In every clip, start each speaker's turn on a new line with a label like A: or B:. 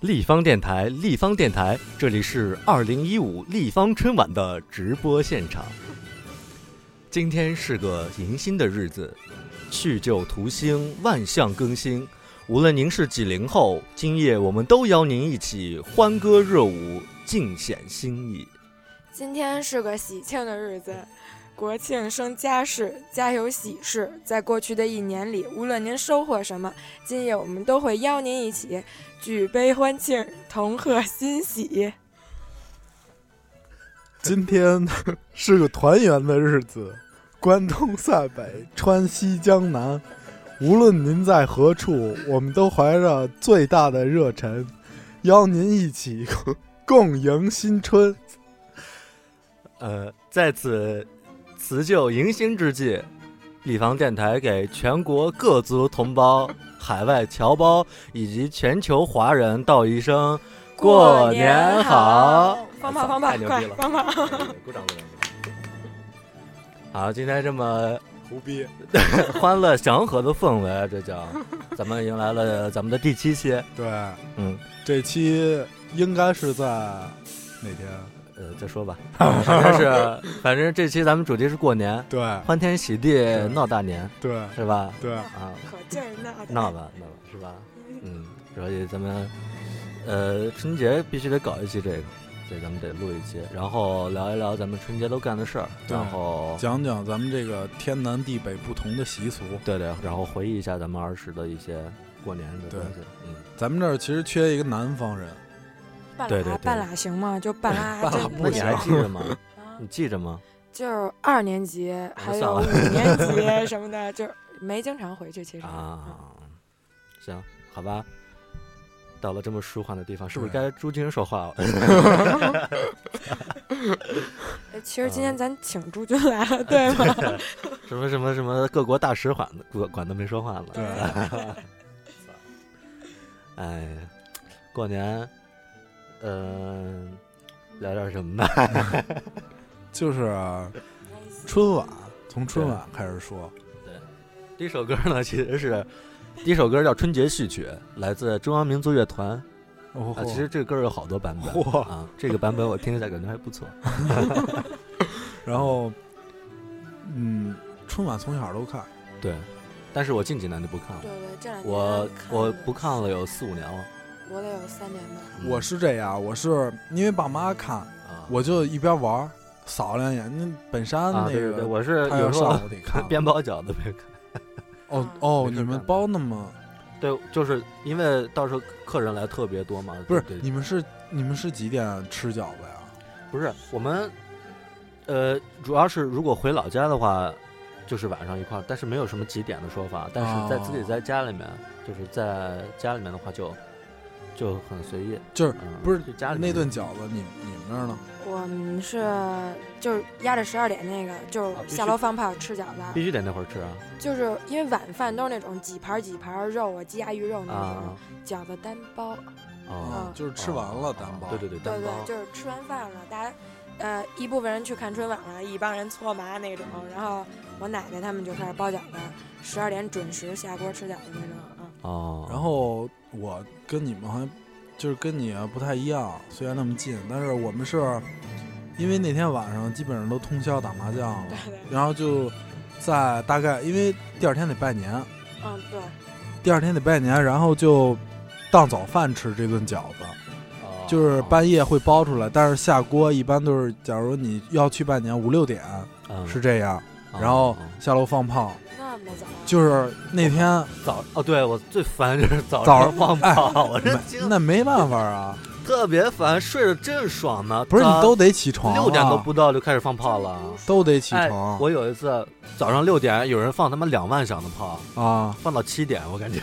A: 立方电台，立方电台，这里是二零一五立方春晚的直播现场。今天是个迎新的日子，去旧图新，万象更新。无论您是几零后，今夜我们都邀您一起欢歌热舞，尽显新意。
B: 今天是个喜庆的日子，国庆升家事，家有喜事。在过去的一年里，无论您收获什么，今夜我们都会邀您一起举杯欢庆，同贺新喜。
C: 今天 是个团圆的日子，关东塞北，川西江南，无论您在何处，我们都怀着最大的热忱，邀您一起共迎新春。
A: 呃，在此辞旧迎新之际，立方电台给全国各族同胞、海外侨胞以及全球华人道一声过年好！哎
B: 方胖，方
A: 太
B: 胖，
A: 牛逼
B: 快，
A: 了
B: 方胖！
A: 鼓掌鼓掌！ 好，今天这么
C: 胡逼！
A: 欢乐祥和的氛围，这叫咱们迎来了咱们的第七期。
C: 对，
A: 嗯，
C: 这期应该是在哪天？
A: 呃，再说吧，反正是，反正这期咱们主题是过年，
C: 对
A: 欢天喜地
C: 是
A: 闹大年，
C: 对
A: 是吧？
C: 对，
A: 啊，
B: 可劲儿闹的
A: 闹吧闹吧，是吧？嗯，所以咱们呃春节必须得搞一期这个，所以咱们得录一期，然后聊一聊咱们春节都干的事儿，
C: 对
A: 然后
C: 讲讲咱们这个天南地北不同的习俗。
A: 对对，然后回忆一下咱们儿时的一些过年的东西。嗯，
C: 咱们这儿其实缺一个南方人，
B: 半
A: 对对
B: 拉
A: 对
B: 半拉行吗？就半拉
C: 半拉
B: 这
C: 不
A: 那你
C: 行
A: 还记得吗？
B: 啊
A: 你记着吗？
B: 就是二年级，还有
A: 算
B: 五
A: 了
B: 年级什么的，就是没经常回去。其实，
A: 啊，行，好吧。到了这么舒缓的地方，是不是
C: 对
A: 该朱军说话了？
B: 哎其实
A: 啊
B: 今天咱请朱军来 了，对吗？
A: 什么什么什么各国大使管的管管都没说话呢。
C: 对，
A: 哎，过年，嗯、聊点什么呢？
C: 就是啊春晚，从春晚开始说。
A: 第一首歌呢，其实是第一首歌叫《春节序曲》，来自中央民族乐团
C: 哦
A: 啊。其实这个歌有好多版本
C: 嚯
A: 啊，这个版本我听一下感觉还不错。
C: 然后，嗯，春晚从小都看，
A: 对，但是我近几年就不看了
B: 对，对，这两天
A: 我
B: 看
A: 我
B: 的
A: 不看了有四五年了。
B: 我得有三年吧。
A: 嗯
C: 我是这样，我是因为爸妈看，
A: 啊，
C: 我就一边玩儿扫两眼。那本山
A: 啊，
C: 那
A: 对对对，
C: 个
A: 我是
C: 他要
A: 有时
C: 上
A: 候。
C: 我得 看
A: 边包饺子 边看。
C: 哦
B: 嗯
C: 哦，
A: 没事
C: 你们
A: 干
C: 包那么
A: 对，就是因为到时候客人来特别多嘛。
C: 不是
A: 对？
C: 你们是你们是几点吃饺子呀？
A: 不是我们，呃，主要是如果回老家的话，就是晚上一块儿，但是没有什么几点的说法。但是在自己
C: 哦
A: 在家里面，就是在家里面的话就就很随意。
C: 就是
A: 嗯，
C: 不是
A: 就家里
C: 那
A: 面
C: 顿饺子，你你们那儿呢？
B: 我们是就是压着十二点那个，就
A: 啊
B: 是
A: 必须
B: 下楼放炮吃饺子，
A: 必须得那会儿吃啊
B: 就是因为晚饭都是那种几盘几盘肉啊，鸡鸭鱼肉那种
A: 啊，
B: 饺子单包。
A: 哦
B: 嗯
C: 就是吃完了
A: 哦
C: 单包。
A: 对对对，
B: 对
A: 单包
B: 对，就是吃完饭了，大家呃一部分人去看春晚了，一帮人搓麻那种，然后我奶奶他们就开始包饺子，十二点准时下锅吃饺子那种啊。
A: 哦。
C: 然后我跟你们还就是跟你啊不太一样，虽然那么近，但是我们是因为那天晚上基本上都通宵打麻将了，
B: 对对，
C: 然后就在大概因为第二天得拜年，
B: 嗯对，
C: 第二天得拜年，然后就当早饭吃这顿饺
B: 啊
C: 子，
A: 哦
C: 就是半夜会包出来，但是下锅一般都是，假如你要去拜年五六点
A: 嗯
C: 是这样，
B: 啊
A: 哦
C: 然后
A: 哦
C: 下楼放炮，
B: 那么早啊。
C: 就是那天
A: 早哦，对我最烦就是 早
C: 早哎
A: 上放炮，我这
C: 没
A: 惊
C: 那没办法啊，
A: 特别烦，睡得正爽呢。
C: 不是你
A: 早
C: 都得起床啊，
A: 呃六点都不到就开始放炮了。
C: 都得起
A: 哎
C: 床。
A: 我有一次早上六点有人放他妈两万响的炮，
C: 啊，
A: 放到七点，我 感觉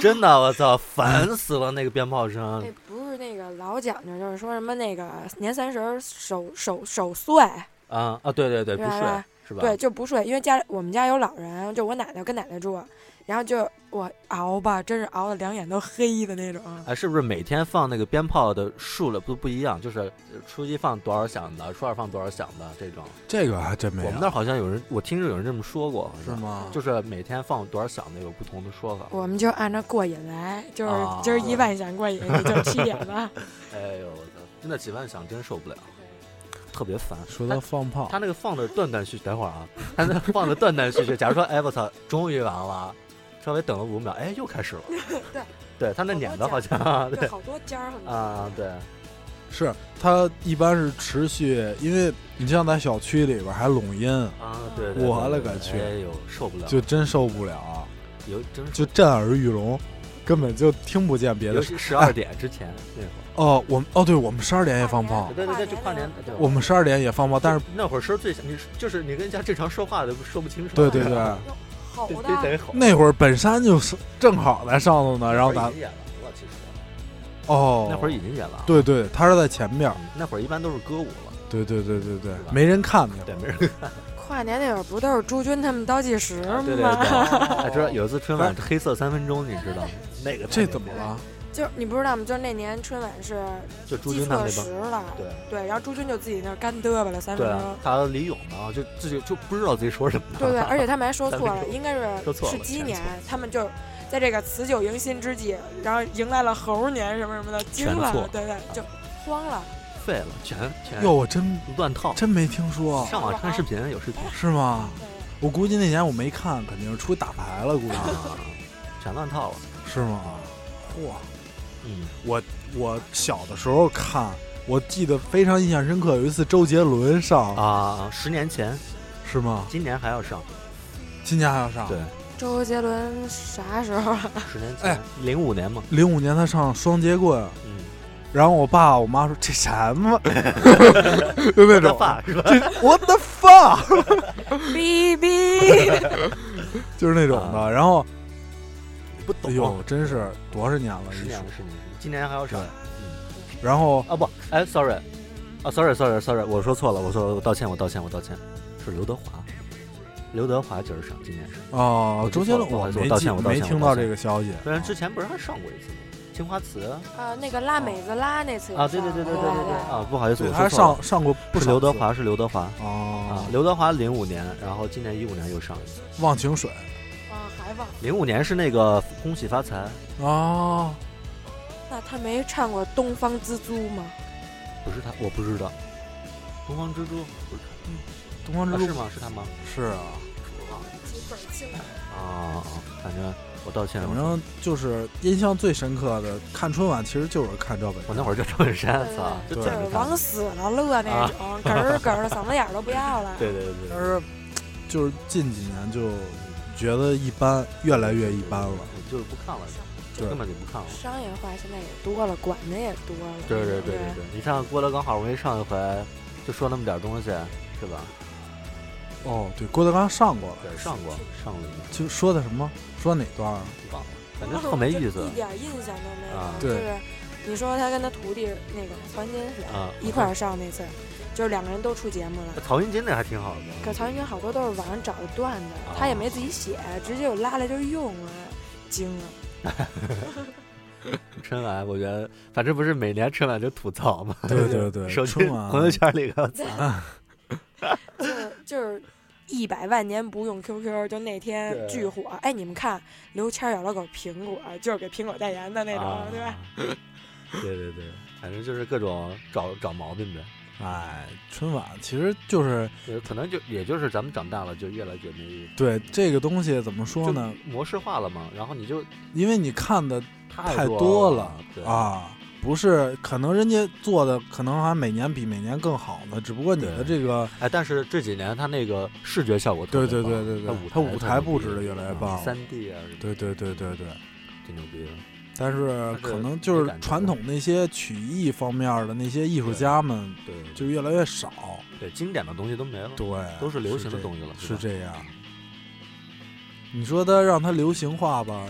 A: 真的，我操，烦死了那个鞭炮声
B: 那。不是那个老讲究，就是说什么那个年三十儿守守守岁，
A: 啊啊，对对对，不
B: 对
A: 睡
B: 吧
A: 是吧？
B: 对，就不睡，因为家我们家有老人，就我奶奶跟奶奶住，然后就我熬吧，真是熬的两眼都黑的那种。
A: 哎，是不是每天放那个鞭炮的数了不不一样？就是呃初一放多少响的，初二放多少响的这种。
C: 这个还真没
A: 我
C: 有。
A: 们那儿好像有人，我听着有人这么说过，好
C: 是
A: 像
C: 吗？
A: 就是每天放多少响的有不同的说法。
B: 我们就按照过瘾来，就是、
A: 啊
B: 今儿一万 响过瘾，也就七点了。
A: 哎呦，我操！真的几万响真受不了，特别烦。
C: 说到放炮
A: 他，那个放的断断续，等会儿啊，他那放的断断续续。假如说，哎，我操，终于完了，稍微等了五秒，哎，又开始了。
B: 对，
A: 对他那
B: 好多
A: 撵的
B: 家
A: 好像，啊对
B: 对，好多家儿很多
A: 啊，对，
C: 是它一般是持续，因为你像在小区里边还拢音，
A: 啊，对，对
C: 我
A: 对
C: 勒
A: 对
C: 个去
A: 哎呦，受不了，
C: 就真受不了，
A: 有真
C: 就震耳欲聋，根本就听不见别
A: 尤
C: 的。
A: 其十二点之前那会儿，
C: 哦，我们哦，对我们十二点也放炮
B: 哎，
A: 对对对，就
B: 跨
A: 跨
B: 年
A: 年
B: 的，
A: 对
C: 我们十二点也放炮，但是
A: 那会儿声儿最响，你就是你跟人家正常说话都说不清楚，
C: 对对 对，
B: 好
A: 得
B: 的
A: 得得吼，
C: 那会儿本山就是正好在上头呢，然后
A: 那会儿
C: 咱
A: 已经演完了，其实
C: 哦，
A: 那会儿已经演完了，啊
C: 对对，他是在前面，
A: 嗯，那会儿一般都是歌舞了，
C: 对对对对对
A: 是吧，
C: 没人看那会
A: 对，
C: 儿
A: 没人
B: 跨年那会儿不都是朱军他们倒计时嗯吗？
A: 啊对对 对，哎还知道有一次春晚黑色三分钟，你知道吗？那个太
C: 这
A: 牛
C: 怎么
A: 逼
C: 了？
B: 就你不知道吗？就是那年春晚是
A: 就朱
B: 记
A: 军他
B: 错
A: 们那
B: 时
A: 帮，
B: 了，
A: 对
B: 对，然后朱军就自己那儿干嘚吧了三分
A: 对啊
B: 钟，，
A: 他李咏呢，就自己就不知道自己说什么呢，
B: 对对，而且他们还说错
A: 三
B: 了，
A: 分钟
B: 应该是
A: 说错了
B: 是鸡
A: 全
B: 年
A: 错，
B: 他们就在这个辞旧迎新之际，然后迎来了猴年什么什么的，惊
A: 全错
B: 了，对对，就慌了。
A: 废了，全全
C: 哟，我真
A: 乱套。
C: 真没听说，
A: 上网看视频有视 频
C: 是
A: 啊
C: 吗？
B: 对
C: 我估计那年我没看，肯定是出去打牌了，估 计
A: 啊，全乱套了。
C: 是吗？嚯！
A: 嗯，
C: 我小的时候看，我记得非常印象深刻，有一次周杰伦上，
A: 啊，十年前，
C: 是吗？
A: 今年还要上，
C: 今年还要上？
A: 对，
B: 周杰伦啥时 候啊？
A: 十年前，零五年嘛，
C: 零五年他上《双截棍》，
A: 嗯，
C: 然后我爸我妈说这什 么，就那
A: 他
C: 种
A: 爸是吧？
C: 这 what the fuck，
B: 哔哔，
C: 就是那种
A: 啊
C: 的。然后，
A: 不
C: 哎
A: 懂
C: 呦，，真是多少年了？
A: 十
C: 一
A: 年
C: 说
A: 了，十年了，今年还要上
C: 然后
A: 啊？不，哎，sorry，啊，sorry，sorry，sorry，我 说错了，我说我道歉，我道歉，我道歉，是刘德华，刘德华今儿上，今年上，
C: 啊
A: 我，
C: 周杰伦
A: 不好意思
C: 没
A: 我道
C: 记
A: 歉我道
C: 没
A: 歉
C: 听
A: 我道
C: 到
A: 歉
C: 这个消息。啊
A: 虽然之前不是还上过一次吗？青花瓷啊，
B: 呃，那个辣妹子拉那次也
A: 对对
B: 上
A: 对对对
B: 了
A: 对对啊，不好意思，
C: 对，
A: 我
C: 他
A: 说
C: 是
A: 错了，
C: 上上过不
A: 是
C: 少
A: 刘德
C: 次
A: 华，是刘德华啊
C: 哦，，
A: 刘德华零五年，然后今年一五年又上一次，
C: 忘情水
B: 啊，还忘了。
A: 零五年是那个恭喜发财，
C: 啊，
B: 那他没唱过《东方之珠》吗？
A: 不是他，我不知道，东方之珠不是他
C: 东方之
A: 啊
C: 珠
A: 是吗？是他吗？
C: 是啊，
A: 我忘了
B: 几本清
A: 啊，啊反正我道歉，
C: 反
A: 我
C: 正就是印象最深刻的，看春晚其实就是看赵本
A: 我
C: 山。
A: 那会儿就赵本山，操，
B: 对
A: 就
B: 就
A: 见
B: 是
A: 着他
B: 往，死了乐那种，咯儿咯儿，嗓子眼儿都不要了。
A: 啊对对对
C: 但
A: 对，
C: 是就是近几年就觉得一般，越来越一般了。，
A: 就是不看了，
C: 对
A: 根本就不看了。
B: 商业化现在也多了，管的也多了。
A: 对对对
B: 对
A: 对对，你像郭德纲好不容易上一回，就说那么点儿东西，是吧？
C: 哦，对，郭德纲上过了，
A: 对，上过上过一次，
C: 就说的什么？说哪段儿？啊
A: 忘了，反正特没意思
B: 一点印象都没有。
A: 啊
C: 对
B: 就是你说他跟他徒弟那个黄金水
A: 啊。
B: 一块儿上那次，就是两个人都出节目了。
A: 曹云金那还挺好的，
B: 可曹云金好多都是网上找的段子，
A: 哦
B: 他也没自己写，直接我拉来就用了，惊了。
A: 春晚，我觉得反正不是每年春晚就吐槽嘛，
C: 对对对，
A: 手机
C: 春晚
A: 朋友圈 里个啊
B: 就是就是一百万年不用 QQ，就那天
A: 对
B: 巨火。哎，你们看，刘谦咬了口苹果，就是给苹果代言的那种，
A: 啊
B: 对吧？
A: 对对对，反正就是各种找找毛病呗，
C: 哎，春晚其实就是
A: 就是呃可能就也就是咱们长大了，就越来越没意思，
C: 对这个东西怎么说
A: 就
C: 呢？
A: 模式化了嘛，然后你就
C: 因为你看的
A: 太
C: 太多
A: 了
C: 了，
A: 对，
C: 啊，不是，可能人家做的可能还每年比每年更好呢，只不过你的
A: 对
C: 这个
A: 哎，但是这几年他那个视觉效果特
C: 对
A: 别
C: 对
A: 棒
C: 对对对
A: 它
C: 它
A: 舞
C: 舞
A: 台
C: 台
A: 特别
C: 布置得越来越棒
A: 三 D 啊什么的，
C: 对对对对对，
A: 挺牛逼的，
C: 但是
A: 但是
C: 可能就是传统那些曲艺方面的那些艺术家们
A: 对
C: 就越来越少，
A: 对，经典的东西都没了，
C: 对，
A: 都是流行的
C: 这
A: 东西了，
C: 是
A: 吧
C: 这样。你说他让他流行化吧，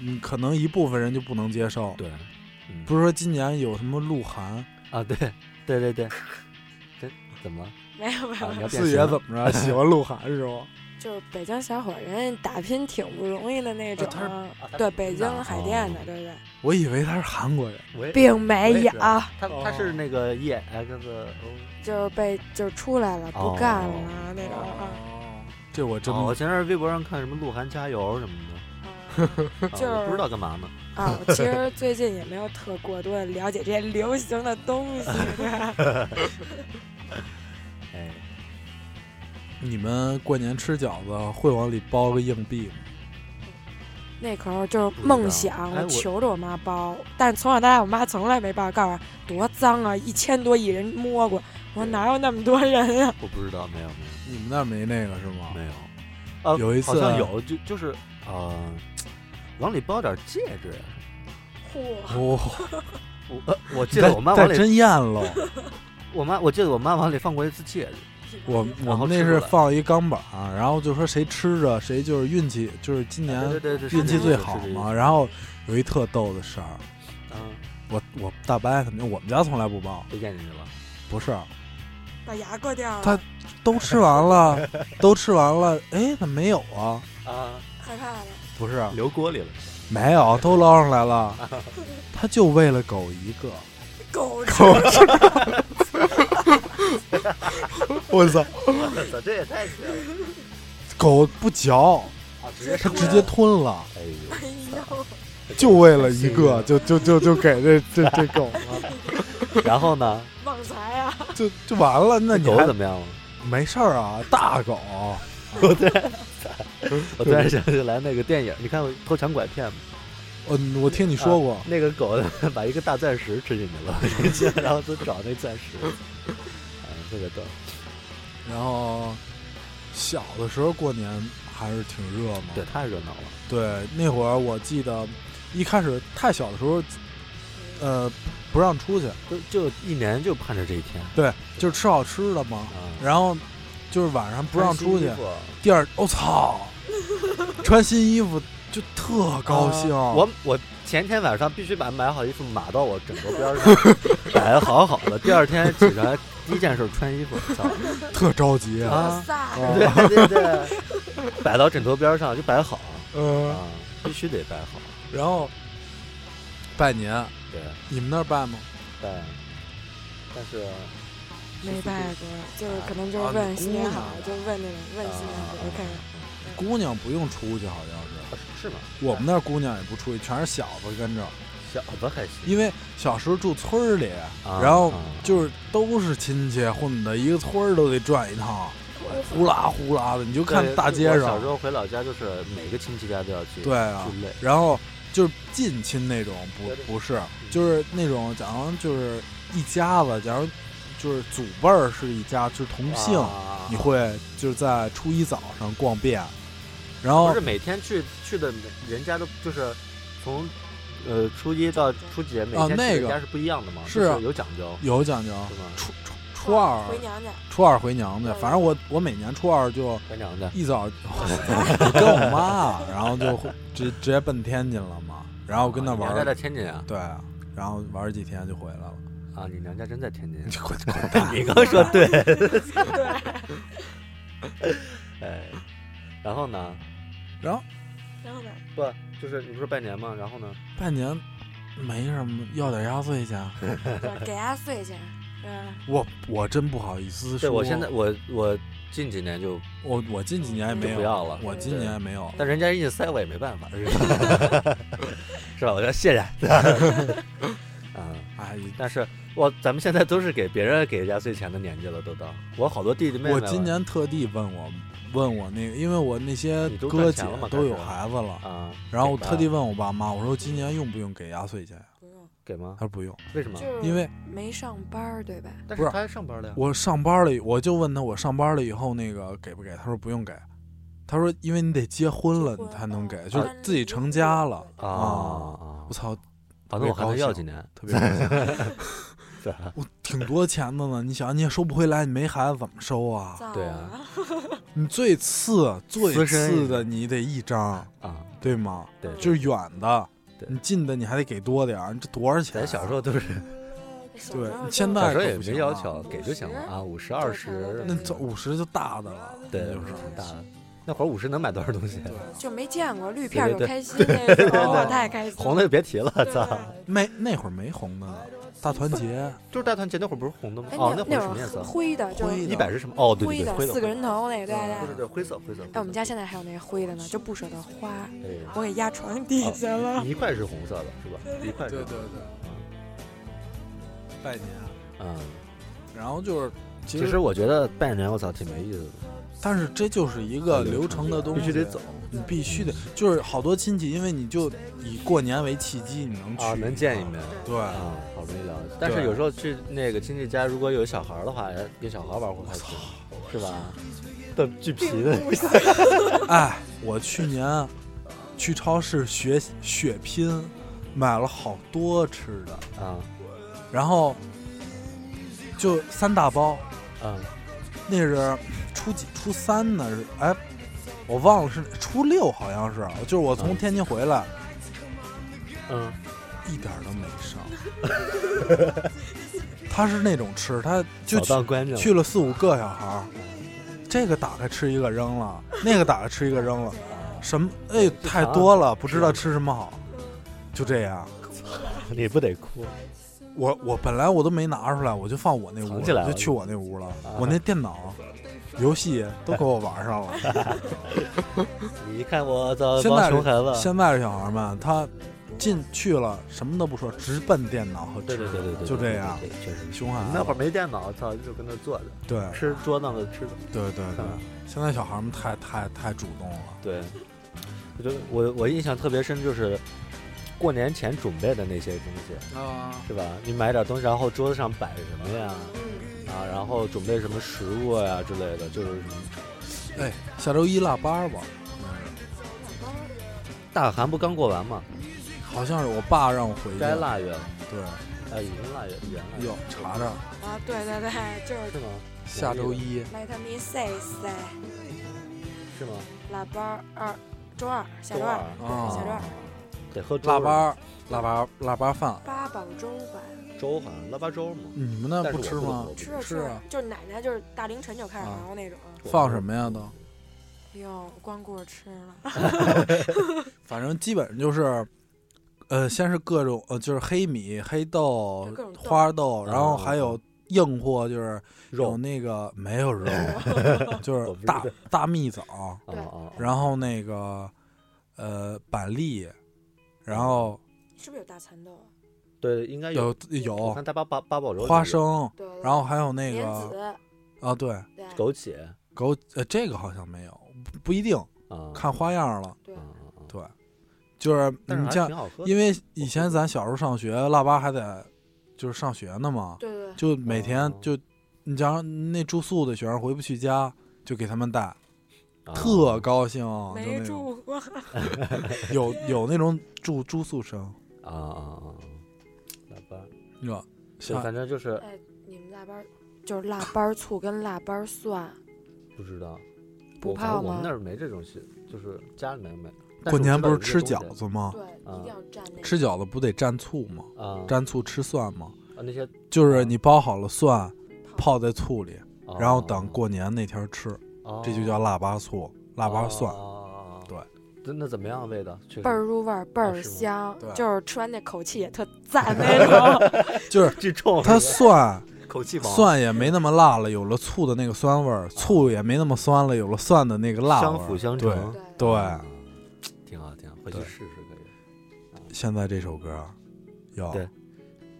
C: 嗯，可能一部分人就不能接受。
A: 对，嗯
C: 不是说今年有什么鹿晗
A: 啊，对对对对，这怎么了？
B: 没有没有
A: 啊，你要变
C: 四爷
A: 形了
C: 怎么着喜欢鹿晗是吗？
B: 就是北京小伙儿人打拼挺不容易的那种
A: 啊他是
B: 啊，
A: 啊他
B: 对，
A: 是
B: 北
A: 平
B: 京
A: 的
B: 海淀的
A: 哦，
B: 对不对？
C: 我以为他是韩国人，
A: 我也
B: 并没
A: 我也
B: 有
A: 觉，得他
C: 哦
A: 他是那个 E X O，
B: 就是被就是出来了，不干了啊那种啊。
C: 哦，这我真
A: 哦我前阵儿微博上看什么鹿晗加油什么 的，啊
B: 就是
A: 我不知道干嘛呢。
B: 啊，我其实最近也没有特过多的了解这些流行的东西，对吧
A: 哎，
C: 你们过年吃饺子会往里包个硬币吗？
B: 那可是就是梦
A: 不
B: 想，
A: 知道哎
B: 我
A: 我
B: 求着我妈包，但从小到大我妈从来没包，告诉我多脏啊，一千多亿人摸过，我说
A: 对
B: 哪有那么多人 啊？
A: 我不知道，没有没有。
C: 你们那儿没那个是吗？
A: 没有，呃，
C: 有一次
A: 好像有，就就是呃，往里包点戒指。
B: 嚯，
C: 哦，
A: 我呃我记得
C: 这
A: 我妈往
C: 这
A: 里，
C: 真咽 喽！
A: 我妈我记得我妈往里放过一次戒指。
C: 我我
A: 然后
C: 们
A: 吃
C: 那
A: 不了
C: 是放一钢板儿，然后就说谁吃着谁就是运气，就是今
A: 对
C: 年
A: 啊对对对，是
C: 哎运气
A: 这
C: 最
A: 意思
C: 好，
A: 是这意
C: 嘛。
A: 思
C: 然后有一特逗的事儿，
A: 嗯，
C: 我我大伯肯定我们家从来不包，
A: 被咽进去了。
C: 不是
B: 把牙硌掉了，
C: 他都吃完 了，都吃完了，哎，怎么没有啊？
A: 啊，
B: 害怕了。
C: 不是，
A: 流锅里了，
C: 没有，都捞上来了，他就为了狗一 个，
B: 狗吃
C: 我操，
A: 我操，这也太绝了
C: 狗不嚼，
A: 啊！直
B: 接
C: 它
A: 接
C: 直接吞了，
A: 哎
B: 哎
A: 呦，
B: 呦，
C: 就为了一个，就就就就给这这这狗了，
A: 然后呢？
B: 旺财啊！
C: 就就完了。 那你
A: 狗
C: 还
A: 怎么样了？
C: 没事儿啊？大狗，
A: 我突然想起来那个电影，你看过《偷抢拐骗》吗？
C: 嗯，我听你说过
A: 啊，那个狗把一个大钻石吃进去 了，然后就找那钻石，啊，特别逗。
C: 然后小的时候过年还是挺热嘛，
A: 对，太热闹了。
C: 对，那会儿我记得一开始太小的时候，呃，不让出去，
A: 就就一年就盼着这一天
C: 对，就吃好吃的嘛，
A: 啊，
C: 然后就是晚上不让出去
A: 穿新衣，服
C: 第二，我、操，穿新衣服就特高兴。
A: 啊我我前天晚上必须把买好衣服码到我枕头边上，摆的好好的。第二天起床第一件事穿衣服，操！
C: 特着急
A: 啊
B: 撒
C: 啊
A: 对对对，摆到枕头边上就摆好
C: 嗯、
A: 啊，必须得摆好。
C: 然后拜年，
A: 对，
C: 你们那儿拜吗？
A: 但但是
B: 没拜过，就是可能就
C: 啊
B: 是问新年好
C: 啊，
B: 就问那种问新年好
A: 啊
B: ，OK。
C: 姑娘不用出去，好像是。
A: 是吗？哎
C: 我们那儿姑娘也不出去，全是小子跟着。
A: 小子还行，
C: 因为小时候住村儿里，
A: 啊
C: 然后
A: 啊
C: 就是都是亲戚混的，一个村儿都得转一趟，呼啦呼啦的，你就看
A: 对
C: 大街
A: 我小时
C: 上。
A: 候回老家就是每个亲戚家都要去，
C: 对啊
A: 巨累。
C: 然后就是近亲那种，
A: 对
C: 不
A: 对
C: 不是，
A: 嗯
C: 就是那种，假如就是一家子，假如就是祖辈儿是一家，就是同姓，
A: 啊
C: 你会就是在初一早上逛遍，然后
A: 不是每天去去的人家都就是从呃初一到初几，每天去
C: 啊
A: 的
C: 那个
A: 人家是不一样的嘛，
C: 是
A: 就
C: 啊
A: 有讲究，
C: 有讲究，
A: 是吗？
C: 初初初二
B: 回娘 家，
C: 初二回娘家，
B: 嗯
C: 反正我我每年初二就
A: 班长的
C: 一早 我跟我妈，然后就直直接奔天津了嘛，然后跟那
A: 啊你
C: 玩
A: 娘家在
C: 儿，
A: 天津啊
C: 对，然后玩儿几天就回 来了。
A: 啊，你娘家真在 天津
C: 你。滚滚蛋！
A: 你刚说对，哎，然后呢？
C: 然后
B: 然 后呢？
A: 不就是你不是拜年吗？然后呢？
C: 半年没什么，要点压岁钱。
B: 对给压岁钱，嗯，
C: 我我真不好意思说，
A: 对我现在我我近几年就，
C: 我我近几年也没有，
A: 就不要了
C: 我今年也没有。
A: 但人家硬塞我也没办法，是吧？ 是吧？我说 谢谢。啊。
C: 哎，
A: 但是我咱们现在都是给别人给压岁钱的年纪了，都到我好多弟弟妹妹
C: 我
A: 了，
C: 今年特地问我问我那个，因为我那些
A: 你都
C: 哥
A: 赚
C: 姐
A: 钱了吗
C: 都有
A: 开始
C: 孩子了，
A: 啊，
C: 然后我
A: 给吧
C: 特地问我爸妈，我说今年用不用给压岁钱？
B: 不用，
A: 给吗
C: 他？说不用，
A: 为什么？
B: 就是
C: 因为
B: 没上班儿，对吧？
A: 但
C: 不是
A: 他还上班了呀。
C: 我上班了，我就问他我上班了以后那个给不给？他说不用给，他说因为你得结婚了
B: 结
C: 你
B: 婚
C: 才能
B: 哦
C: 给，
B: 啊
C: 就是自己成家了。
A: 啊
C: 啊
A: 啊
C: 我！操，
A: 反正我还能要几年，
C: 特别高兴
A: 对啊
C: 我挺多钱的呢，你想你也收不回来，你没孩子怎么收啊？
B: 造
A: 对啊，
C: 你最次最
A: 私生
C: 次
A: 一
C: 的
A: 个
C: 你得一张，
A: 啊！
C: 对吗？
A: 对，
B: 嗯
C: 就是远的，
A: 对
C: 你近的你还得给多点儿，你这多少钱
A: 咱
C: 啊？
A: 小时候都是
B: 小
C: 对
B: 时候就
C: 现在
A: 小时候
C: 可
A: 也
C: 不
A: 没
C: 行
A: 要
C: 了
A: 啊求，给就行了啊，五十二十，
C: 那走五十就大的了，
A: 对
C: 那就
A: 五
C: 是
A: 十挺大的。那会儿五十能买多少东西？
B: 就没见过绿片儿
A: 对对
B: 就
A: 对
B: 开心，那时候我
C: 对
B: 太开心了。
A: 红的就别提了，
B: 对
A: 操！
C: 没那会儿没红的，大团结
A: 就是大团结那会儿不是红的吗？
B: 哎，
A: 哦，
B: 那
A: 会儿
B: 那
A: 什
B: 会
A: 么颜
B: 儿
A: 色？
B: 灰的，就
C: 灰
B: 是
A: 一百是什么？哦，对
B: 灰
A: 对对，
B: 的
A: 灰的，
B: 四个人头那个，对
A: 对对
B: 对。
A: 对，灰色灰色。
B: 哎，我们家现在还有那个灰的呢，就不舍得花，
A: 哎
B: 我给压床底
A: 哦
B: 下了。
A: 一块是红色的，是吧？一块是
C: 对对对，拜年，
A: 嗯。
C: 然后就是其
A: 其
C: 实
A: 实，我觉得拜年，我操，挺没意思的。
C: 但是这就是一个流程的东西，
A: 必须得走，
C: 你必须得，就是好多亲戚，因为你就以过年为契机，你能去
A: 啊，能见一面
C: 对，
A: 啊，好容易聊。但是有时候去那个亲戚家，如果有小孩儿的话，跟小孩玩会儿开心，是 吧？的巨皮的，
C: 哎，我去年去超市学血拼，买了好多吃的，
A: 啊
C: 然后就三大包，
A: 啊，
C: 那是初几？初三呢？是哎，我忘了是初六，好像是。就是我从
A: 嗯
C: 天津回来，
A: 嗯
C: 一点儿都没剩。 他是那种吃，他就
A: 扫
C: 去
A: 荡观众
C: 去了四五个小孩儿，这个打开吃一个扔了，那个打开吃一个扔了，什么哎太多了，不知道吃什么好，就这样。
A: 你不得哭？
C: 我我本来我都没拿出来，我就放我那屋
A: 藏起来了啊
C: 就去我那屋了。我那电脑、游戏都给我玩上了。
A: 你看我操，
C: 现
A: 帮
C: 在
A: 熊孩子，
C: 现在的小孩们，他进去了什么都不说，直奔电脑和
A: 对
C: 吃，
A: 对对对对，
C: 就这样，
A: 对，确实。
C: 熊孩子。
A: 那会儿没电脑，操，就跟那坐着
C: 啊对
A: 吃桌子上吃的。
C: 对对对
A: 嗯，
C: 现在小孩们太太太主动了。
A: 对，我觉得我我印象特别深就是过年前准备的那些东西，
C: 啊，
A: 是吧？你买点东西，然后桌子上摆什么呀？啊，然后准备什么食物呀之类的，就是什么
C: 哎，下周一腊八吧，嗯
A: 大寒不刚过完嘛，
C: 好像是我爸让我回去。
A: 该腊月了，
C: 对，
A: 哎，已经腊月，已经腊月
C: 哟，查查，
B: 啊，对对对，就是
A: 是吗？
C: 下周一
B: Let me say say，
A: 是吗？
B: 喇叭二，周二，下
A: 周
B: 周
A: 二
B: 二，小周二，
C: 啊
A: 得喝粥
C: 腊八腊八腊八饭，
B: 八宝粥吧，
A: 粥，好像腊八粥嘛。
C: 你们那
A: 但是
C: 不
A: 我
C: 吃
A: 能
C: 吗
A: 喝？
B: 吃着
C: 吃
B: 吃着
C: 啊，
B: 就是奶奶就是大凌晨就开始
C: 啊
B: 熬那种。
C: 放什？么呀都？
B: 哎呦，光顾着吃了。
C: 反正基本上就是，呃，先是各种呃，就是黑米、黑豆
B: 就各种、豆
C: 花豆，然后
A: 哦
C: 还有硬货，就是有
A: 肉
C: 那个没有肉，就
A: 我
C: 是
A: 不知
C: 大
A: 道
C: 大蜜枣，
A: 啊啊，
C: 然后那个呃板栗，然后
B: 是不是有大蚕豆啊？
A: 对，应该有
C: 有
A: 我
C: 有
A: 看大八八八宝粥里
C: 花
A: 有
C: 生，
B: 对，对
C: 然后还有那
B: 莲
C: 个
B: 子，
C: 啊，对，
B: 对
A: 枸杞
C: 狗呃这个好像没有，不不一定
A: 啊，
C: 看花样了，
B: 对
A: 啊，啊啊，
C: 对，就是
A: 但是
C: 你
A: 还
C: 嗯像
A: 挺好喝的。
C: 因为以前咱小时候上学，腊八还得就是上学呢嘛，
B: 对对对，
C: 就每天
A: 哦
C: 就，你讲那住宿的学生回不去家，就给他们带，
A: 啊
C: 特高兴，就
B: 没
C: 那种
B: 住过。
C: 有有那种住住宿生，
A: 啊啊啊，啊腊八，
C: 是吧？
A: 就
C: 像
A: 反正就是
B: 哎，你们腊八儿就是腊八儿醋跟腊八儿蒜，
A: 不知道，
B: 不
A: 我反正
B: 泡
A: 我
B: 吗
A: 们那儿没这种戏，就是家里面没。但
C: 过
A: 我
C: 年
A: 知
C: 不
A: 道
C: 是
A: 有这
C: 吃
A: 东西
C: 饺子吗？
B: 对，一定要蘸那个。
C: 吃饺子不得蘸醋吗？
A: 啊？
C: 蘸醋吃蒜吗？
A: 啊那些，
C: 就是你包好了蒜，
B: 泡
C: 泡在醋里，
A: 啊
C: 然后等，过年那天吃，
A: 啊
C: 这就叫腊八醋、腊八蒜。
A: 啊
C: 对，
A: 那那怎么样味道？确实
B: 倍儿入味儿，倍
A: 啊
B: 儿
A: 是吗
B: 香
C: 对，
B: 就是吃完那口气 也特赞那种。
C: 就是
A: 巨冲
C: 它
A: 是吧
C: 蒜
A: 口气王
C: 蒜也没那么辣了，有了醋的那个酸味儿；醋也没那么酸了，有了蒜的那个辣味儿。
A: 相辅相成，
B: 对
C: 对
A: 啊，挺好挺好，回去
C: 对
A: 试试可以。
C: 对，现在这首歌，有
A: 对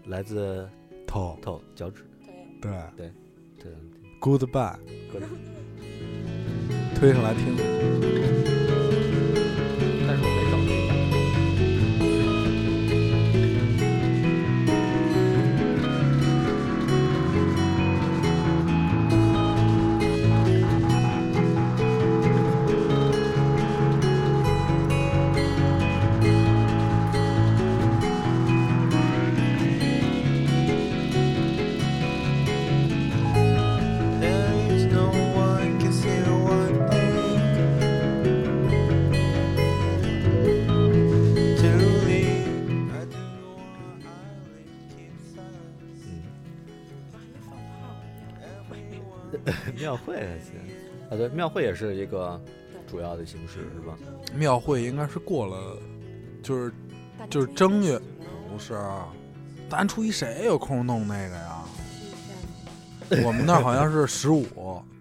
A: 来自
C: 透
A: 透脚趾，
B: 对，
C: 对
A: 对，
C: Goodbye
A: Good
C: 推上来听。
A: 但是我没找对象。
D: There's no one can say what they truly. I do what I like, keep silence.
A: 啊庙会还行啊，对，庙会也是一个
B: 对
A: 主要的形式是吧？
C: 庙会应该是过了，就是
B: 把你
C: 就是
B: 这
C: 正月
B: 个洗了
C: 不是，大年初一谁有空弄那 个呀？
B: 洗一
C: 我们那儿好像是十五，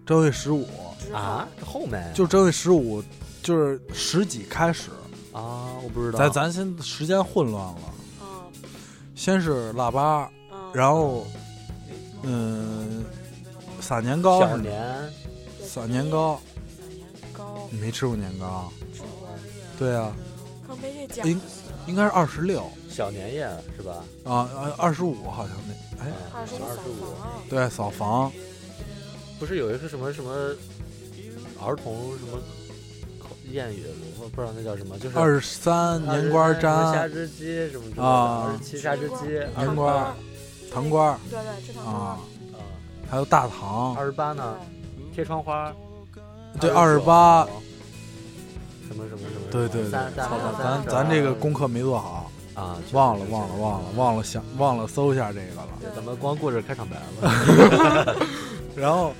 C: 正月十五，
B: 下之后
A: 啊，后面
C: 就正月十五，就是十几开始。
A: 啊，我不知道。
C: 咱咱先时间混乱了，
B: 嗯
C: 先是腊八，
B: 嗯，
C: 然后嗯，撒年糕
A: 小
C: 是吗？
A: 年
C: 撒年糕，
B: 小年糕
C: 你没吃过年糕？
B: 吃过，
C: 对啊，
B: 可没这讲
C: 应应该是二十六
A: 小年夜是吧？啊
C: 啊，二十五好像那哎，
B: 二十五
A: 二
B: 扫
A: 十五，
B: 房，
C: 对，扫房
A: 不是有一个什么什么儿童什么口谚语，我不知道那叫什么，就是
C: 二十三年瓜
A: 23什么虾
C: 粘
A: 汁鸡什么之类的，
C: 啊
A: 二十七虾汁鸡，
B: 吃
A: 二
C: 年
A: 十
B: 糖
C: 瓜
A: 八
B: 儿，
C: 糖瓜儿
B: 对对，吃糖瓜
C: 啊
B: 儿，，
A: 啊，
C: 还有大糖，
A: 二十八
B: 对
A: 呢，贴窗花，
C: 对，二十
A: 29
C: 八，，
A: 什么什么什么，
C: 对对对，
A: 三三
B: 操
A: 三
C: 咱
A: 三十
C: 咱这个
A: 二
C: 功课没做好，
A: 啊，
C: 忘了忘了忘了忘了想忘了搜一下这个了。
A: 对咱们光顾着开场白 了，
C: 然后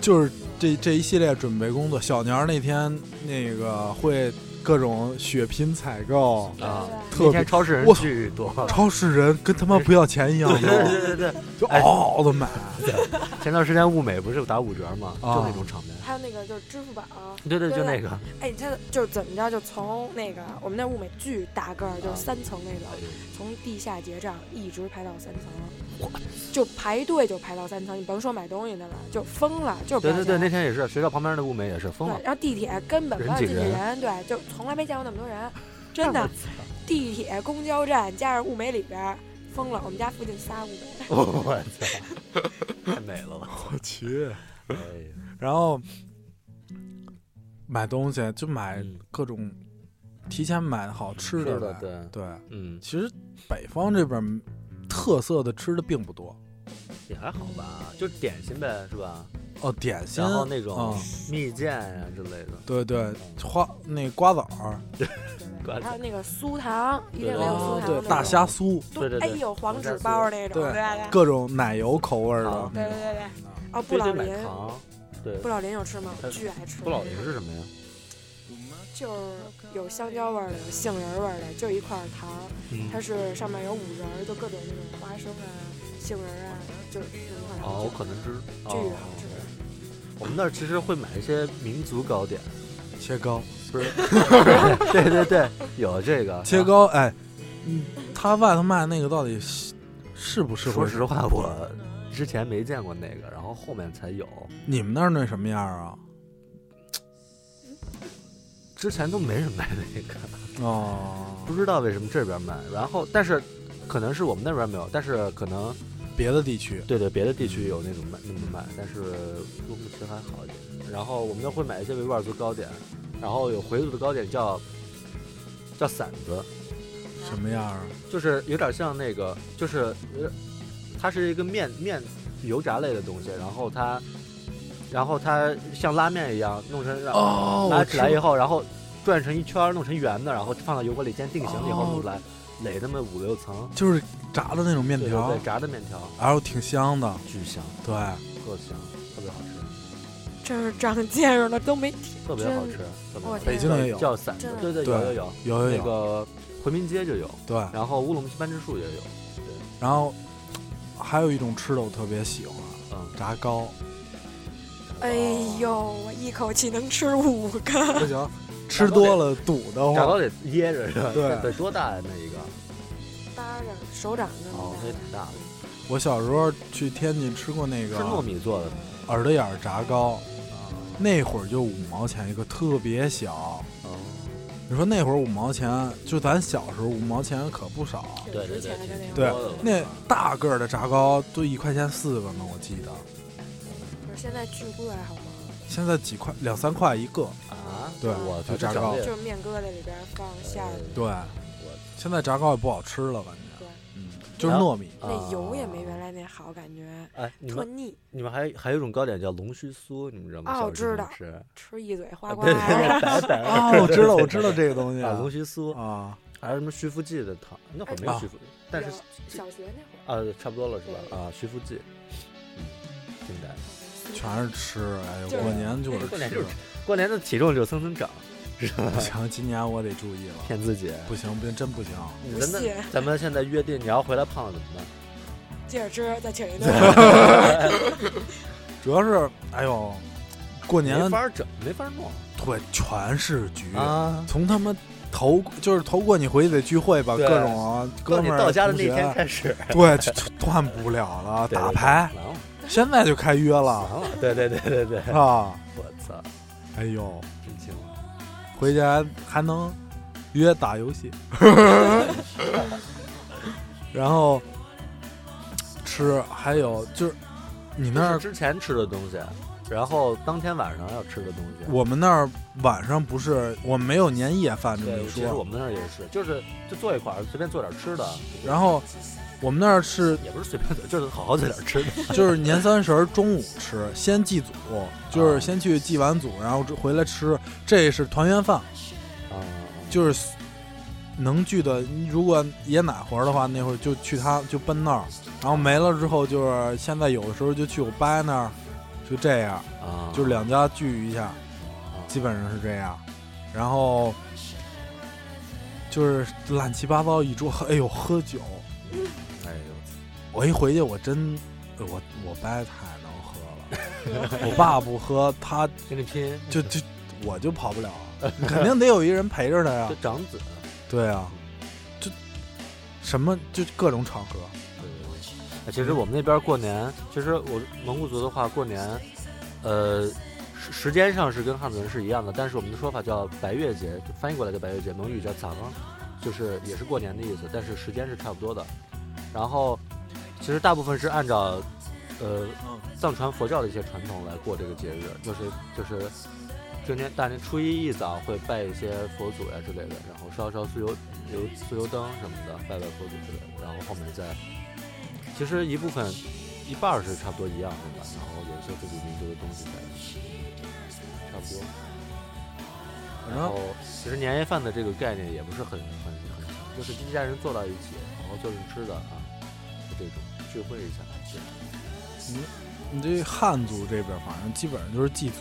C: 就是这这一系列准备工作，小年儿那天那个会各种血拼采购，
A: 啊
B: 对
C: 特
A: 今
C: 别
A: 天超市人
C: 我操
A: 巨多，
C: 超市人跟他妈不要钱一样
A: 对
C: 的，
A: 对对哎对，
C: 就嗷嗷的买。
A: 前段时间物美不是有打五折吗？
C: 啊
A: 就那种场面，
B: 还有那个就是支付宝，啊
A: 对对，
B: 对
A: 就那个，
B: 哎，你这就是怎么着，就从那个我们那物美巨大个儿，就是
A: 啊
B: 三层那种，从地下结账一直排到三层，就排队就排到三层，你甭说买东西的了，就疯了，就是不
A: 对
B: 要
A: 对对，
B: 钱
A: 那天也是学校旁边的物美也是疯了
B: 对，，然后地铁根本不让
A: 人
B: 进
A: 挤
B: 去人，对，就从来没见过那么 多人，真的。地铁、公交站加上物美里边儿，疯了。我们家附近仨 物美，
A: 我操，太美了吧！
C: 我去，
A: 哎
C: 然后买东西就买
A: 嗯
C: 各种，提前买好吃
A: 是
C: 的呗。
A: 对，
C: 对，
A: 嗯，
C: 其实北方这边特色的吃的并不多。
A: 也还好吧，就是点心呗，是吧？
C: 哦，点心，
A: 然后那种
C: 嗯
A: 蜜饯呀之类的，
C: 对对
A: 嗯，
C: 花那瓜子儿，
A: 瓜子
B: 还有那个酥糖，一定
A: 对
B: 得
A: 对对
B: 有
A: 对
B: 酥糖
A: 哦对
B: 那
A: 对
B: 种，
C: 大虾酥，
B: 都
A: 对对
B: 哎
A: 对
B: 呦，黄
A: 大
B: 纸
A: 虾
B: 包
A: 酥
B: 那种，对
C: 对
B: 吧
C: 各种奶油口味儿的嗯
A: 好，
B: 对对对对，
A: 嗯
B: 哦，布
A: 对
B: 老
A: 对买
B: 林，
A: 糖，对，
B: 布老林有吃吗？
A: 它
B: 我巨爱吃。
A: 不老林是什么呀？
B: 就是有香蕉味儿的，有杏仁味儿的，就一块儿糖，
A: 嗯
B: 它是上面有五仁儿，就各种那种花生啊、杏仁啊，就是那块儿糖。
A: 哦，我可能知，
B: 巨
A: 哦
B: 好吃，
A: 我们那儿其实会买一些民族糕点，
C: 切糕，
A: 不是？对对对，有这个
C: 切。糕，哎，嗯，他外头卖那个到底是是不是？
A: 说实，话，我之前没见过那个，然后后面才有，
C: 你们那儿那什么样啊？
A: 之前都没人买那个。
C: 哦，
A: 不知道为什么这边卖，然后但是可能是我们那边没有，但是可能
C: 别的地区，
A: 对对别的地区有那种卖那么卖，但是乌木齐还好一点。然后我们那会买一些维吾尔族糕点，然后有回族的糕点叫叫馓子，
C: 什么样啊？
A: 就是有点像那个，就是呃它是一个面面油炸类的东西，然后它然后它像拉面一样弄成，然后
C: 哦，
A: 拿
C: 我
A: 起
C: 吃
A: 来以
C: 过
A: 后，然后转成一圈儿，弄成圆的，然后放到油锅里煎定型了以后
C: 哦
A: 弄出来，垒那么五六层。
C: 就是炸的那种面
A: 对
C: 条
A: 对，对，炸的面条
C: 然后挺香的，
A: 巨香，
C: 对，
A: 特香，特别好吃，
B: 真是长见识了，都没听。
A: 特别好吃，特别好
B: 我
A: 吃。
B: 天北
C: 京也有
A: 叫散
B: 真的
A: 对对
C: 对
A: 有有有，
C: 有有
A: 那
C: 有，
A: 个回民街就有，
C: 对，
A: 然后乌鲁木齐扳指树也有，
C: 然后还有一种吃的我特别喜欢，
A: 嗯，
C: 炸 糕，
B: 哎呦，我一口气能吃五个，
C: 不行，吃多了堵得
A: 炸
C: 慌，
A: 糕得噎着是吧？
C: 哦对
A: 得多大呀那一个？
B: 巴掌手掌那
A: 哦
B: 么，
A: 那挺大的，
C: 我小时候去天津吃过那
A: 是
C: 个
A: 糯米做的吗，
C: 耳朵眼儿炸糕，
B: 嗯
C: 那会儿就五毛钱一个，特别小。
A: 哦，
C: 你说那会儿五毛钱，就咱小时候五毛钱可不少。
B: 大，
A: 对
B: 挺
A: 对
B: 值
A: 对
B: 钱的那种。
C: 对
A: 多的了
C: 那大个儿的炸糕都一块钱四个呢，我记得。
B: 就是现在巨贵好吗？
C: 现在几块两三块一个，
A: 啊，
C: 对
A: 我
C: 就炸糕
B: 就是面疙瘩里边放馅
A: 哎
B: 儿，
C: 对。现在炸糕也不好吃了，感觉
B: 对，
C: 嗯，就是糯米。
A: 呃
B: 那油也没原。来那好，感觉
A: 哎，你
B: 特
A: 们
B: 腻。
A: 你们还还有一种糕点叫龙须酥，你们知道吗？
B: 哦
A: 小时候
B: 知道
A: 吃
B: 吃一嘴花
A: 啊
B: 瓜
A: 对对对，
B: 儿，
A: 白白的
C: 啊，我知道，我知道这个东西
A: 啊，龙须酥，
C: 啊，
A: 还有什么徐福记的糖，那会儿没有
C: 啊
A: 徐福，但是
B: 小学那会儿
A: 啊，差不多了是吧？啊，徐福记，嗯，近代
C: 全是吃。哎呦，
B: 就是
C: 过年就
A: 过
C: 是
A: 年
C: 吃
A: 就是，过年的体重就蹭蹭涨，知道
C: 不
A: 吧？
C: 行，今年我得注意了。
A: 骗自己。
C: 不行，不行，真不行。
A: 你真的
B: 不信，
A: 咱们现在约定，你要回来胖了怎么办？
B: 接着吃，再请一 顿。
C: 主要是，哎呦，过年
A: 没法整，没法弄
C: 对全是局，
A: 啊！
C: 从他们头就是头过你回去得聚会吧，
A: 对
C: 各种啊哥
A: 到你
C: 们儿
A: 到家的
C: 同
A: 那
C: 学
A: 天开始，
C: 对，就就断不了了。
A: 对
C: 打牌，
A: 完了
C: 现在就开约
A: 完
C: 了
A: 了，对对对对对，
C: 啊！
A: 我操，
C: 哎呦，
A: 真行！
C: 回家还能约打 游戏，然后吃，还有就是你那
A: 那
C: 儿
A: 是之前吃的东西，然后当天晚上要吃的东西。
C: 我们那儿晚上不是我们没有年夜饭这么
A: 对，
C: 一
A: 其实我
C: 说，
A: 们那儿也是，就是就坐一块儿，随便做点吃的，
C: 然后我们那儿是
A: 也不是随便做， 就是好好做点吃的。
C: 就是年三十儿中午吃，先祭祖，
A: 啊
C: 就是先去祭完祖，然后回来吃，这是团圆饭，
A: 啊，
C: 嗯就是能聚的。如果爷奶活的话，那会儿就去他就奔那儿，然后没了之后就是现在有的时候就去我爸那儿，就这样，
A: 啊，
C: 就是两家聚一下，
A: 啊
C: 基本上是这样，然后就是乱七八糟一桌，哎呦喝酒，
A: 哎呦，
C: 我一回去我真我我爸太能喝了。我爸不喝，他
A: 跟你拼，
C: 就就我就跑不了，肯定得有一人陪着他呀
A: 就。长子，
C: 对啊，就什么就各种场合，
A: 对对对。其实我们那边过年，其实我蒙古族的话，过年，呃，时时间上是跟汉族人是一样的，但是我们的说法叫白月节，就翻译过来叫白月节，蒙语叫撒方，就是也是过年的意思，但是时间是差不多的。然后，其实大部分是按照，呃，藏传佛教的一些传统来过这个节日，就是就是。正年大年初一一早会拜一些佛祖呀之类的，然后烧烧酥油油酥油灯什么的，拜拜佛祖之类的，然后后面再其实一部分一半儿是差不多一样的吧，然后有一些自己民族的东西在里面，差不多。
C: 反
A: 然
C: 正
A: 后其实年夜饭的这个概念也不是很很很强，就是一家人坐到一起，好好做点吃的啊，就这种聚会一下。对
C: 你这汉族这边反正基本上就是祭祖，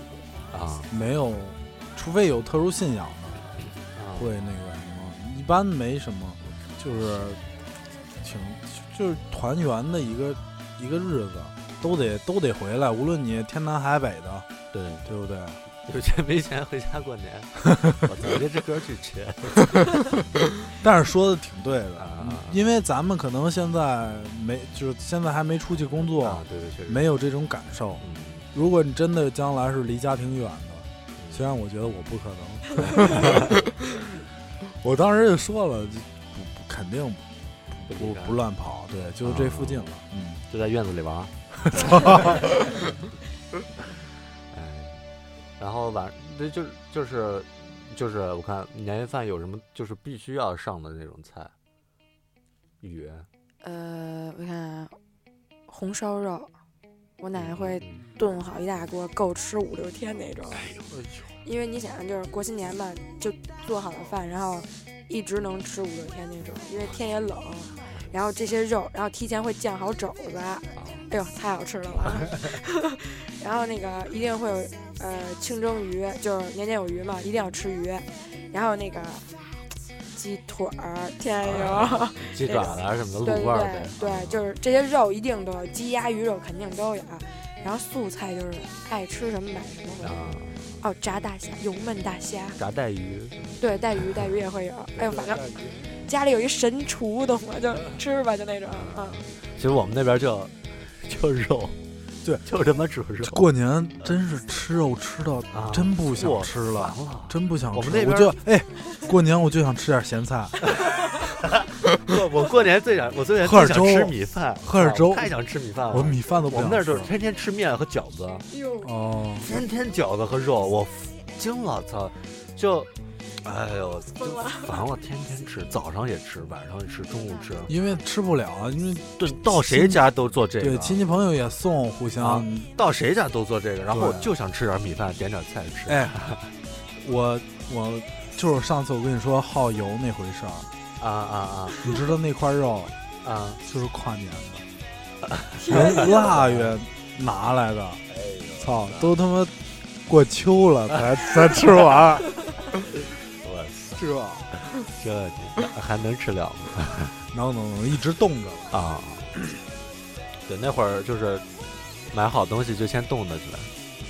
A: 啊
C: 没有，除非有特殊信仰的
A: 啊！
C: 会那个什么，一般没什么，就是挺就是团圆的一个一个日子，都得都得回来，无论你天南海北的，
A: 对，
C: 对不对？
A: 有钱没钱回家过年，我操，我觉得这歌去缺
C: 但是说的挺对的
A: 啊，
C: 因为咱们可能现在没，就是现在还没出去工作，
A: 啊！对对，确实
C: 没有这种感受。
A: 嗯，
C: 如果你真的将来是离家挺远的，
A: 嗯
C: 虽然我觉得我不可能， 我当时就说了，就不不肯定
A: 不
C: 不
A: 离开
C: 不乱跑，对，就是这附近
A: 啊
C: 了。嗯，
A: 就在院子里玩儿。哎，然后晚对就就是就是我看年夜饭有什么就是必须要上的那种菜，鱼，
B: 哎呃，我看啊，红烧肉，我奶奶会
A: 嗯
B: 炖好一大锅，够吃五六天那种。
C: 嗯
B: 因为你想，就是国庆年嘛，就做好了饭，然后一直能吃五六天那种。因为天也冷，然后这些肉，然后提前会酱好肘子，
A: 啊
B: 哎呦，太好吃了 吧！然后那个一定会有呃清蒸鱼，就是年年有余嘛，一定要吃鱼。然后那个鸡腿儿，天呦，
A: 鸡爪子啊什么的，
B: 对
A: 卤
B: 对
A: 味儿
B: 对
A: 呗，啊
B: 对，就是是这些肉一定都有，鸡鸭鱼肉肯定都有。啊然后素菜就是爱吃什么买什么。
A: 啊，
B: 哦，炸大虾、油焖大虾，
A: 炸带鱼，
B: 对，带鱼带鱼也会有。哎呦，反正家里有一神厨，懂吗？就吃吧，就那种。嗯，
A: 其实我们那边就就肉，
C: 对，
A: 就他妈煮肉
C: 这，过年真是吃肉吃到
A: 啊
C: 真不想
A: 我
C: 吃了，
A: 烦了，
C: 真不想吃。
A: 我们那边
C: 就哎，过年我就想吃点咸 菜，
A: 我我过年最想我最想
C: 喝点
A: 最想
C: 粥
A: 吃米饭，
C: 喝点
A: 啊
C: 粥
A: 我太想吃米饭了，
C: 我米饭都不
A: 我们
C: 想
A: 那儿
C: 吃
A: 就是
C: 了。
A: 天天吃面和饺子，
B: 哟，
C: 哦，
A: 天天饺子和肉，我惊了，操！就，哎呦，就
B: 疯了
A: 烦了，天天吃，早上也吃，晚上也吃，中午吃，
C: 因为吃不了啊，因为
A: 对，到谁家都做这
C: 对
A: 个，
C: 亲戚朋友也送，互相
A: 啊到谁家都做这个，然后
C: 对
A: 我就想吃点米饭，点点菜吃。
C: 哎，我我就是上次我跟你说耗油那回事儿，
A: 啊啊
C: 你知道那块肉
A: 啊啊！
C: 就是跨年的，
A: 哎
C: 人腊月拿来的，操，都他妈过秋 了才才吃完，
A: 我
C: 是吧？
A: 这还能吃了吗？
C: 能能能，一直冻着了。
A: 啊，对，那会儿就是买好东西就先冻着起来。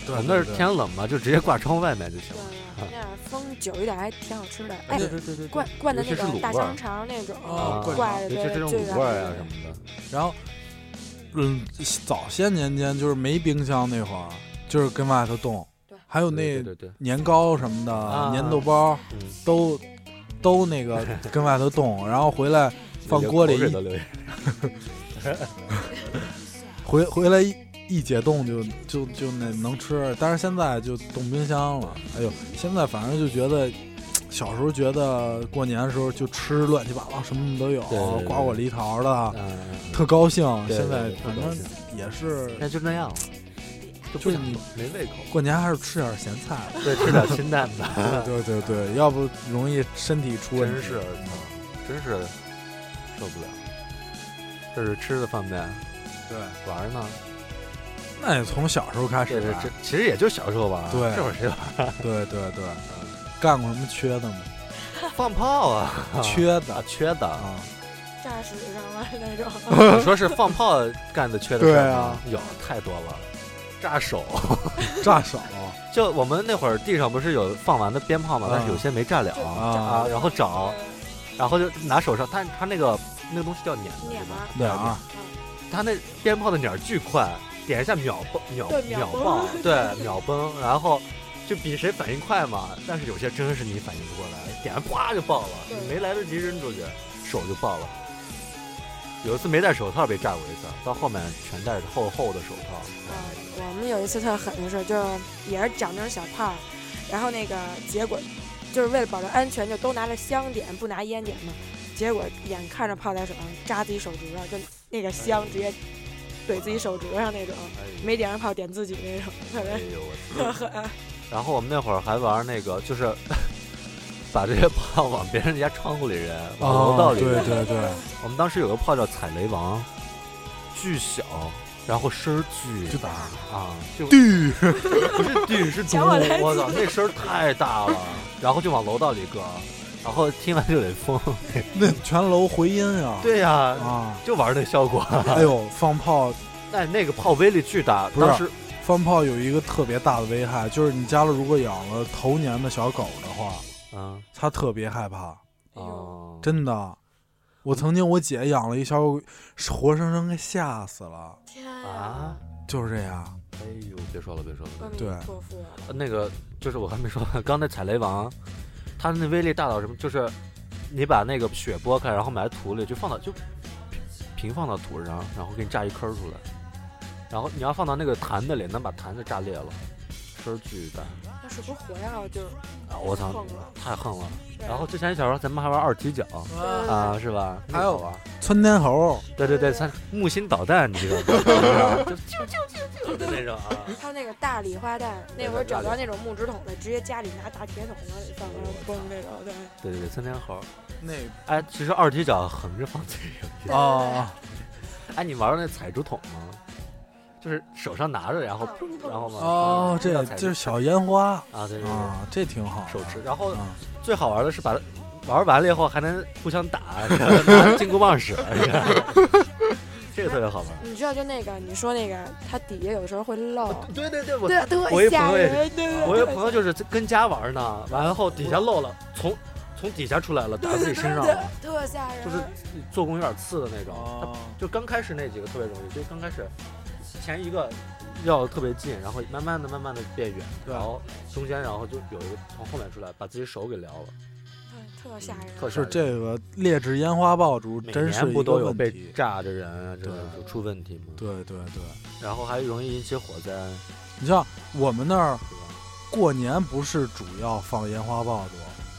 C: 对
A: 我们那儿
C: 对对
A: 天冷嘛，就直接挂窗外面就行了。
B: 那样风久一点还挺好吃的。哎，
A: 对对对对，
B: 灌灌的
A: 尤
B: 那
A: 其是
B: 种
A: 卤
B: 大
A: 味儿
B: 香肠那种
C: 啊灌
B: 挂的
A: 尤其是这种
B: 最
A: 卤
B: 原
A: 味
B: 始
A: 儿啊
B: 的
A: 什么的，
C: 然后，嗯，早些年间就是没冰箱那会儿，就是跟外头冻
B: 对，
C: 还有
A: 对对
C: 那
A: 对，对
C: 年糕什么
A: 啊
C: 的、粘豆包
A: 嗯，
C: 都都那个跟外头冻，然后回来放锅里
A: 有些口水
C: 一
A: 都流下
C: 回回来一一解冻就就就那能吃，但是现在就冻冰箱了。哎呦，现在反正就觉得。小时候觉得过年的时候就吃乱七八糟什么都有
A: 对对对，
C: 瓜果梨桃的，
A: 来，嗯，
C: 特高兴。
A: 对
C: 现在
A: 对对
C: 反
A: 特高
C: 正
A: 兴
C: 也是
A: 那就那样了，就不
C: 就是
A: 想
C: 你
A: 没胃口，
C: 过年还是吃点咸菜吧。
A: 对，吃点清淡的，
C: 对对对，要不容易身体出
A: 真
C: 问题。
A: 是，嗯真是受不了。这是吃的方面，
C: 对，
A: 玩儿呢，
C: 那也从小时候开
A: 这
C: 始
A: 是
C: 吧。
A: 这其实也就小时候玩儿，
C: 对
A: 这会儿谁玩 儿？
C: 对对对，干过什么缺的吗？
A: 放炮啊，
C: 缺
A: 啊
C: 的
A: 缺 的，
C: 啊，
B: 炸屎上了那 种。
A: 你说是放炮干的缺的事
C: 对
A: 儿吗
C: 啊？
A: 有太多了，炸手。
C: 炸手
A: 就我们那会儿地上不是有放完的鞭炮嘛，
C: 啊
A: 但是有些没炸了，
B: 啊
C: 啊，
A: 然后找然后就拿手上，但是它那个那个东西叫捻子
B: 鸟
A: 是吧？
C: 鸟儿
B: 嗯
A: 它那鞭炮的捻儿巨快，点一下秒崩秒
B: 对
A: 秒
B: 秒崩
A: 爆，对秒崩，然后就比谁反应快嘛。但是有些真是你反应不过来，点完啪就爆了，
B: 对
A: 你没来得及扔出去，手就爆了。有一次没戴手套被炸过一次，到后面全戴着厚厚的手套。
B: 啊，我们有一次特狠的事儿，就是也是长那种小炮儿，然后那个结果就是为了保证安全，就都拿了香点，不拿烟点嘛。结果眼看着炮在手上扎自己手指上，就那个香直接怼自己手指上那种，
A: 哎
B: 没点上炮点自己那种，特
A: 呦，哎
B: 别
A: 呦我天！
B: 特 狠。
A: 然后我们那会儿还玩那个，就是 把这些炮往别人家窗户里扔，往哦楼道
C: 啊，
A: 里扔。
C: 对对对，
A: 我们当时有个炮叫踩雷王，巨小，然后声儿巨
C: 就打
A: 啊， 就
C: 对，
A: 不是巨 是毒，
B: 抢我来
A: 我操，那声儿太大了，然后就往楼道里搁，然后听完就得疯。
C: 那全楼回音啊。
A: 对呀、
C: 啊，
A: 就玩那效果，
C: 哎呦，放炮
A: 但那个炮威力巨大，
C: 不是
A: 当时
C: 放炮有一个特别大的危害，就是你家里如果养了头年的小狗的话，
A: 嗯
C: 它特别害怕。
B: 哎呦
A: 哦，
C: 真的，我曾经我姐养了一小狗，活生生给吓死了，
B: 天啊！
A: 啊，
C: 就是这样。
A: 哎呦，别说了，别说了。
B: 阿弥
C: 对
B: 陀佛，
A: 那个就是我还没说，刚才踩雷王，它那威力大到什么？就是你把那个雪剥开，然后埋土里，就放到就平平放到土上，然后给你炸一坑儿出来。然后你要放到那个坛子里，能把坛子炸裂了，声儿巨大。
B: 那是不是火药就
A: 啊，我操
B: 碰了，
A: 太横了。然后之前小时候咱们还玩二踢脚啊，是吧？
C: 还有
A: 啊，
C: 窜天猴，
A: 对对对，它木星导弹，你知道吗？就啾啾啾啾的那种啊。
B: 还有那个大礼花弹，那会儿找到那种木质桶的，直接家里拿大铁桶往里放，然后崩那种，
A: 对
B: 对，
A: 对对，三天猴。
C: 那
A: 哎，其实二踢脚横着放最有意思。
C: 啊，
A: 哎，你玩过那踩竹筒吗？就是手上拿着，然后
B: 砰
A: 然后嘛，
C: 哦，这
A: 叫
C: 个
A: 踩
C: 就是
A: 竹
C: 小烟花
A: 啊，对对对，
C: 啊，这挺好。
A: 手持。然后
C: 啊，
A: 最好玩的是把它玩完了以后还能互相打，拿金箍棒 使，你看这个特别好玩。
B: 你知道，就那个你说那个，它底下有时候会漏，
A: 对对对，我
B: 哦
A: 啊
B: 对，特
A: 我一
B: 吓
A: 朋友也
B: 人。对对，
A: 我有朋友就是跟家玩呢，完了后底下漏了，从从底下出来了，
B: 对
A: 打自己
B: 对对
A: 身上
B: 对
A: 了，
B: 特吓人。
A: 就是做工有点次的那种。它
C: 哦
A: 就刚开始那几个特别容易，就刚开始前一个要特别近，然后慢慢的、慢慢的变远，
C: 对
A: 然后中间然后就有一个从后面出来，把自己手给撩了，
B: 对特吓人。
A: 特
C: 是
A: 吓人
C: 这个劣质烟花爆竹，
A: 每
C: 真是
A: 年
C: 一
A: 不
C: 个
A: 都有
C: 问
A: 被
C: 题。
A: 炸的人啊，这
C: 对
A: 就出问题嘛，
C: 对对对，
A: 然后还容易引起火灾，
C: 你像我们那儿
A: 对吧？
C: 过年不是主要放烟花爆竹，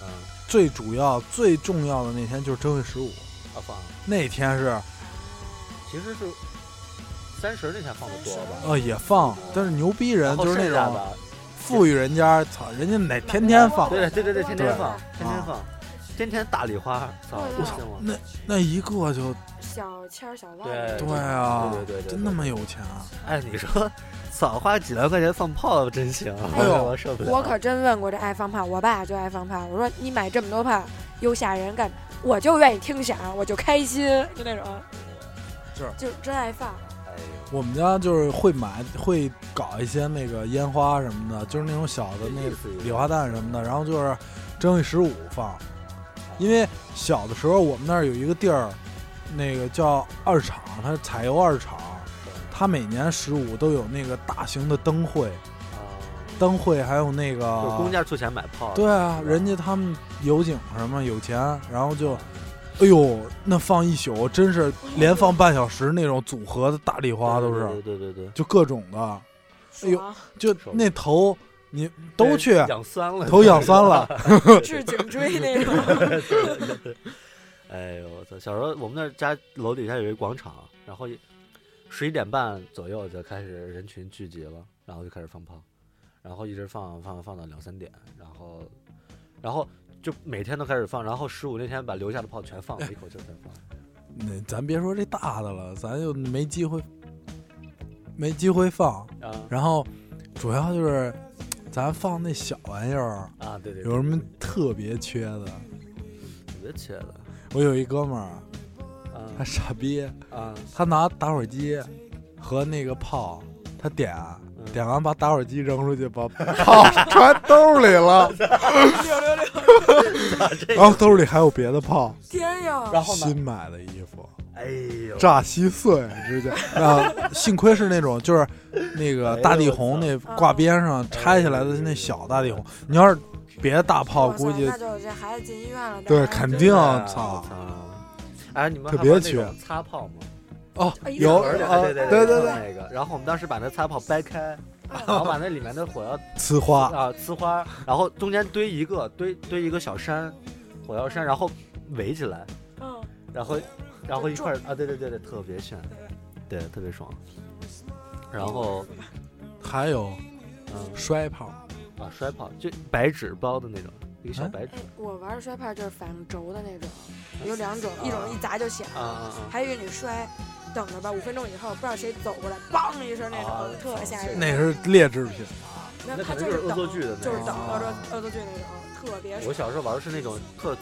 A: 嗯，
C: 最主要最重要的那天就是正月十五，
A: 啊放，
C: 那天是
A: 其实是三十那天放的多吧，
C: 呃也放，但是牛逼人
A: 然后
C: 就是
A: 剩
C: 那
A: 下
C: 种
A: 的，
C: 富裕人家，操，人家得天天放
A: 对
B: 买
A: 对对对，天天啊
B: 对
A: 放，天天放，天天大礼花，操！
B: 我
A: 你
B: 操
A: 见过吗
C: 那那一个就
B: 小千儿、小万
A: 哎对
C: 对啊
A: 对对对对，
C: 真他妈有钱啊，
A: 哎，你说， 操，花几万块钱放炮真行，
C: 哎呦
A: 我受不了。
B: 我可真问过这爱放炮，我爸就爱放炮。我说你买这么多炮，又吓人干，我就愿意听响，我就开心，就那种，
C: 是
B: 就真爱放。
A: 哎呦
C: 我们家就是会买，会搞一些那个烟花什么的，就是那种小的那
A: 意思意思
C: 礼花弹什么的，然后就是正月十五放。因为小的时候我们那儿有一个地儿，那个叫二厂，它是采油二厂，它每年十五都有那个大型的灯会，
A: 啊，
C: 灯会还有那
A: 就公
C: 个，
A: 家出钱买炮，
C: 啊对啊，
A: 是吧
C: 人家他们油井什么有钱，然后就，哎呦，那放一宿真是连放半小时那种组合的大礼花都是，
A: 对对对对，对
C: 就各种的。哎呦
B: 爽，
C: 就那头你都去，
A: 养酸了，
C: 头养 酸了。
B: 治颈椎那种。
A: 哎呦我操！小时候我们那儿家楼底下有一广场，然后十一点半左右就开始人群聚集了，然后就开始放炮，然后一直放放放到两三点，然后然后就每天都开始放，然后十五那天把留下的炮全放了，一 口气儿全放了。
C: 那咱别说这大的了，咱就没机会，没机会放。
A: 啊
C: 然后主要就是咱放那小玩意儿，
A: 啊，对对，
C: 有什么特别缺的？
A: 别缺的
C: 我有一哥们儿，他
A: 啊
C: 傻逼，
A: 啊
C: 他拿打火机和那个炮，他点。啊
A: 嗯
C: 点完把打火机扔出 去，把炮传兜里了，
B: 六六六！
C: 然后兜里还有别的炮，
B: 天呀，
A: 然后呢？
C: 新买的衣服。
A: 哎呦，
C: 炸稀碎，直接啊！幸亏是那种就是那个大地红
A: 哎
C: 那挂边上拆下来的那小大地红，你要是别的大炮，
B: 哇塞
C: 估计
B: 那就这孩子进医院了。
C: 对
B: 这孩
C: 肯
B: 子
C: 定
A: 啊
C: 操！
A: 哎，你们
C: 特
A: 还
C: 别
A: 玩那
C: 缺
A: 种擦炮吗？
C: 哦
B: 哎呀
C: 有
B: 玩儿的
C: 啊，
A: 对
C: 对
A: 对
C: 对
A: 放，那个。然后我们当时把那擦炮掰 开，然
B: 嗯
A: 后把那里面的火药
C: 呲花
A: 啊呲花，然后中间堆一个堆堆一个小山，火药山，然后围起来，
B: 嗯，
A: 然后然后一块儿啊，对对对对，特别炫，对，特别爽。然后
C: 还有
A: 嗯
C: 摔炮，
A: 啊摔炮，就白纸包的那种，一个小
C: 啊
A: 白纸
B: 哎，我玩摔炮就是反轴的那种，
A: 嗯
B: 有两种，一种一砸就响，
A: 啊啊
B: 还有一个你摔，等着吧，五分钟以后不知道谁走过来，梆一声那
A: 啊
B: 种，特吓人。
C: 那是劣质品啊！
B: 那
A: 那
B: 他
A: 可能
B: 就是
A: 就是恶作剧的
B: 等
A: 那
B: 就是
C: 种
B: 等
C: 啊
B: 恶作恶作剧那种，特别
A: 啊！
B: 爽
A: 我小时候玩的是那种特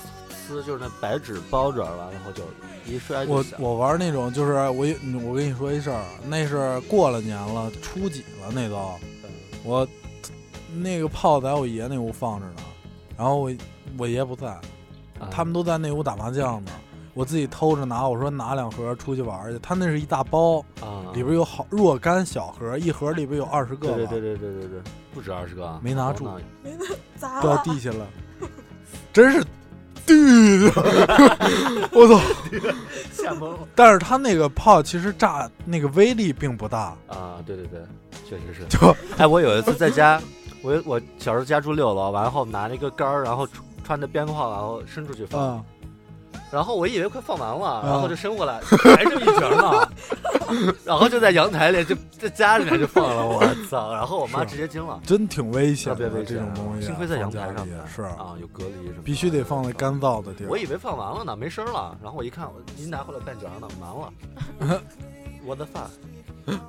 A: 呲，就是那白纸包着完，然后就一摔就
C: 我
A: 响
C: 我玩那种就是我有我跟你说一事儿，那是过了年了，初几了那都，
A: 嗯
C: 我那个炮在我爷那屋放着呢，然后我我爷不在。
A: 啊
C: 他们都在那屋打麻将呢。我自己偷着拿，我说拿两盒出去玩儿去。他那是一大包，
A: 啊
C: 里边有好若干小盒，一盒里边有二十个吧，
A: 对对对对对对对，不止二十个啊，
C: 没拿
A: 我
C: 住
A: 脑
B: 砸
C: 掉
B: 了。
C: 地下了，真是，对， 我操！
A: 吓懵了
C: 但是他那个炮其实炸那个威力并不大，
A: 啊！对对对，确实是。
C: 就
A: 哎，我有一次在家，我我小时候家住六楼，完后拿了一个杆儿，然后穿穿着鞭炮，然后伸出去放，
C: 啊，
A: 然后我以为快放完了，
C: 啊
A: 然后就伸过来，还剩一截儿 呢，然后就在阳台里，就在家里面就放了，我操！然后我妈
C: 是
A: 直接惊了，
C: 真挺危险
A: 特别
C: 的
A: 危
C: 这
A: 险
C: 种
A: 啊，
C: 东西啊。
A: 幸亏在阳
C: 放家
A: 台上
C: 里
A: 面
C: 是
A: 啊，有隔离什么的，啊
C: 必须得放在干燥的地
A: 我
C: 儿。
A: 以为放完了呢，没声儿了，然后我一看，我一拿回来半截儿呢，完 了，我的饭，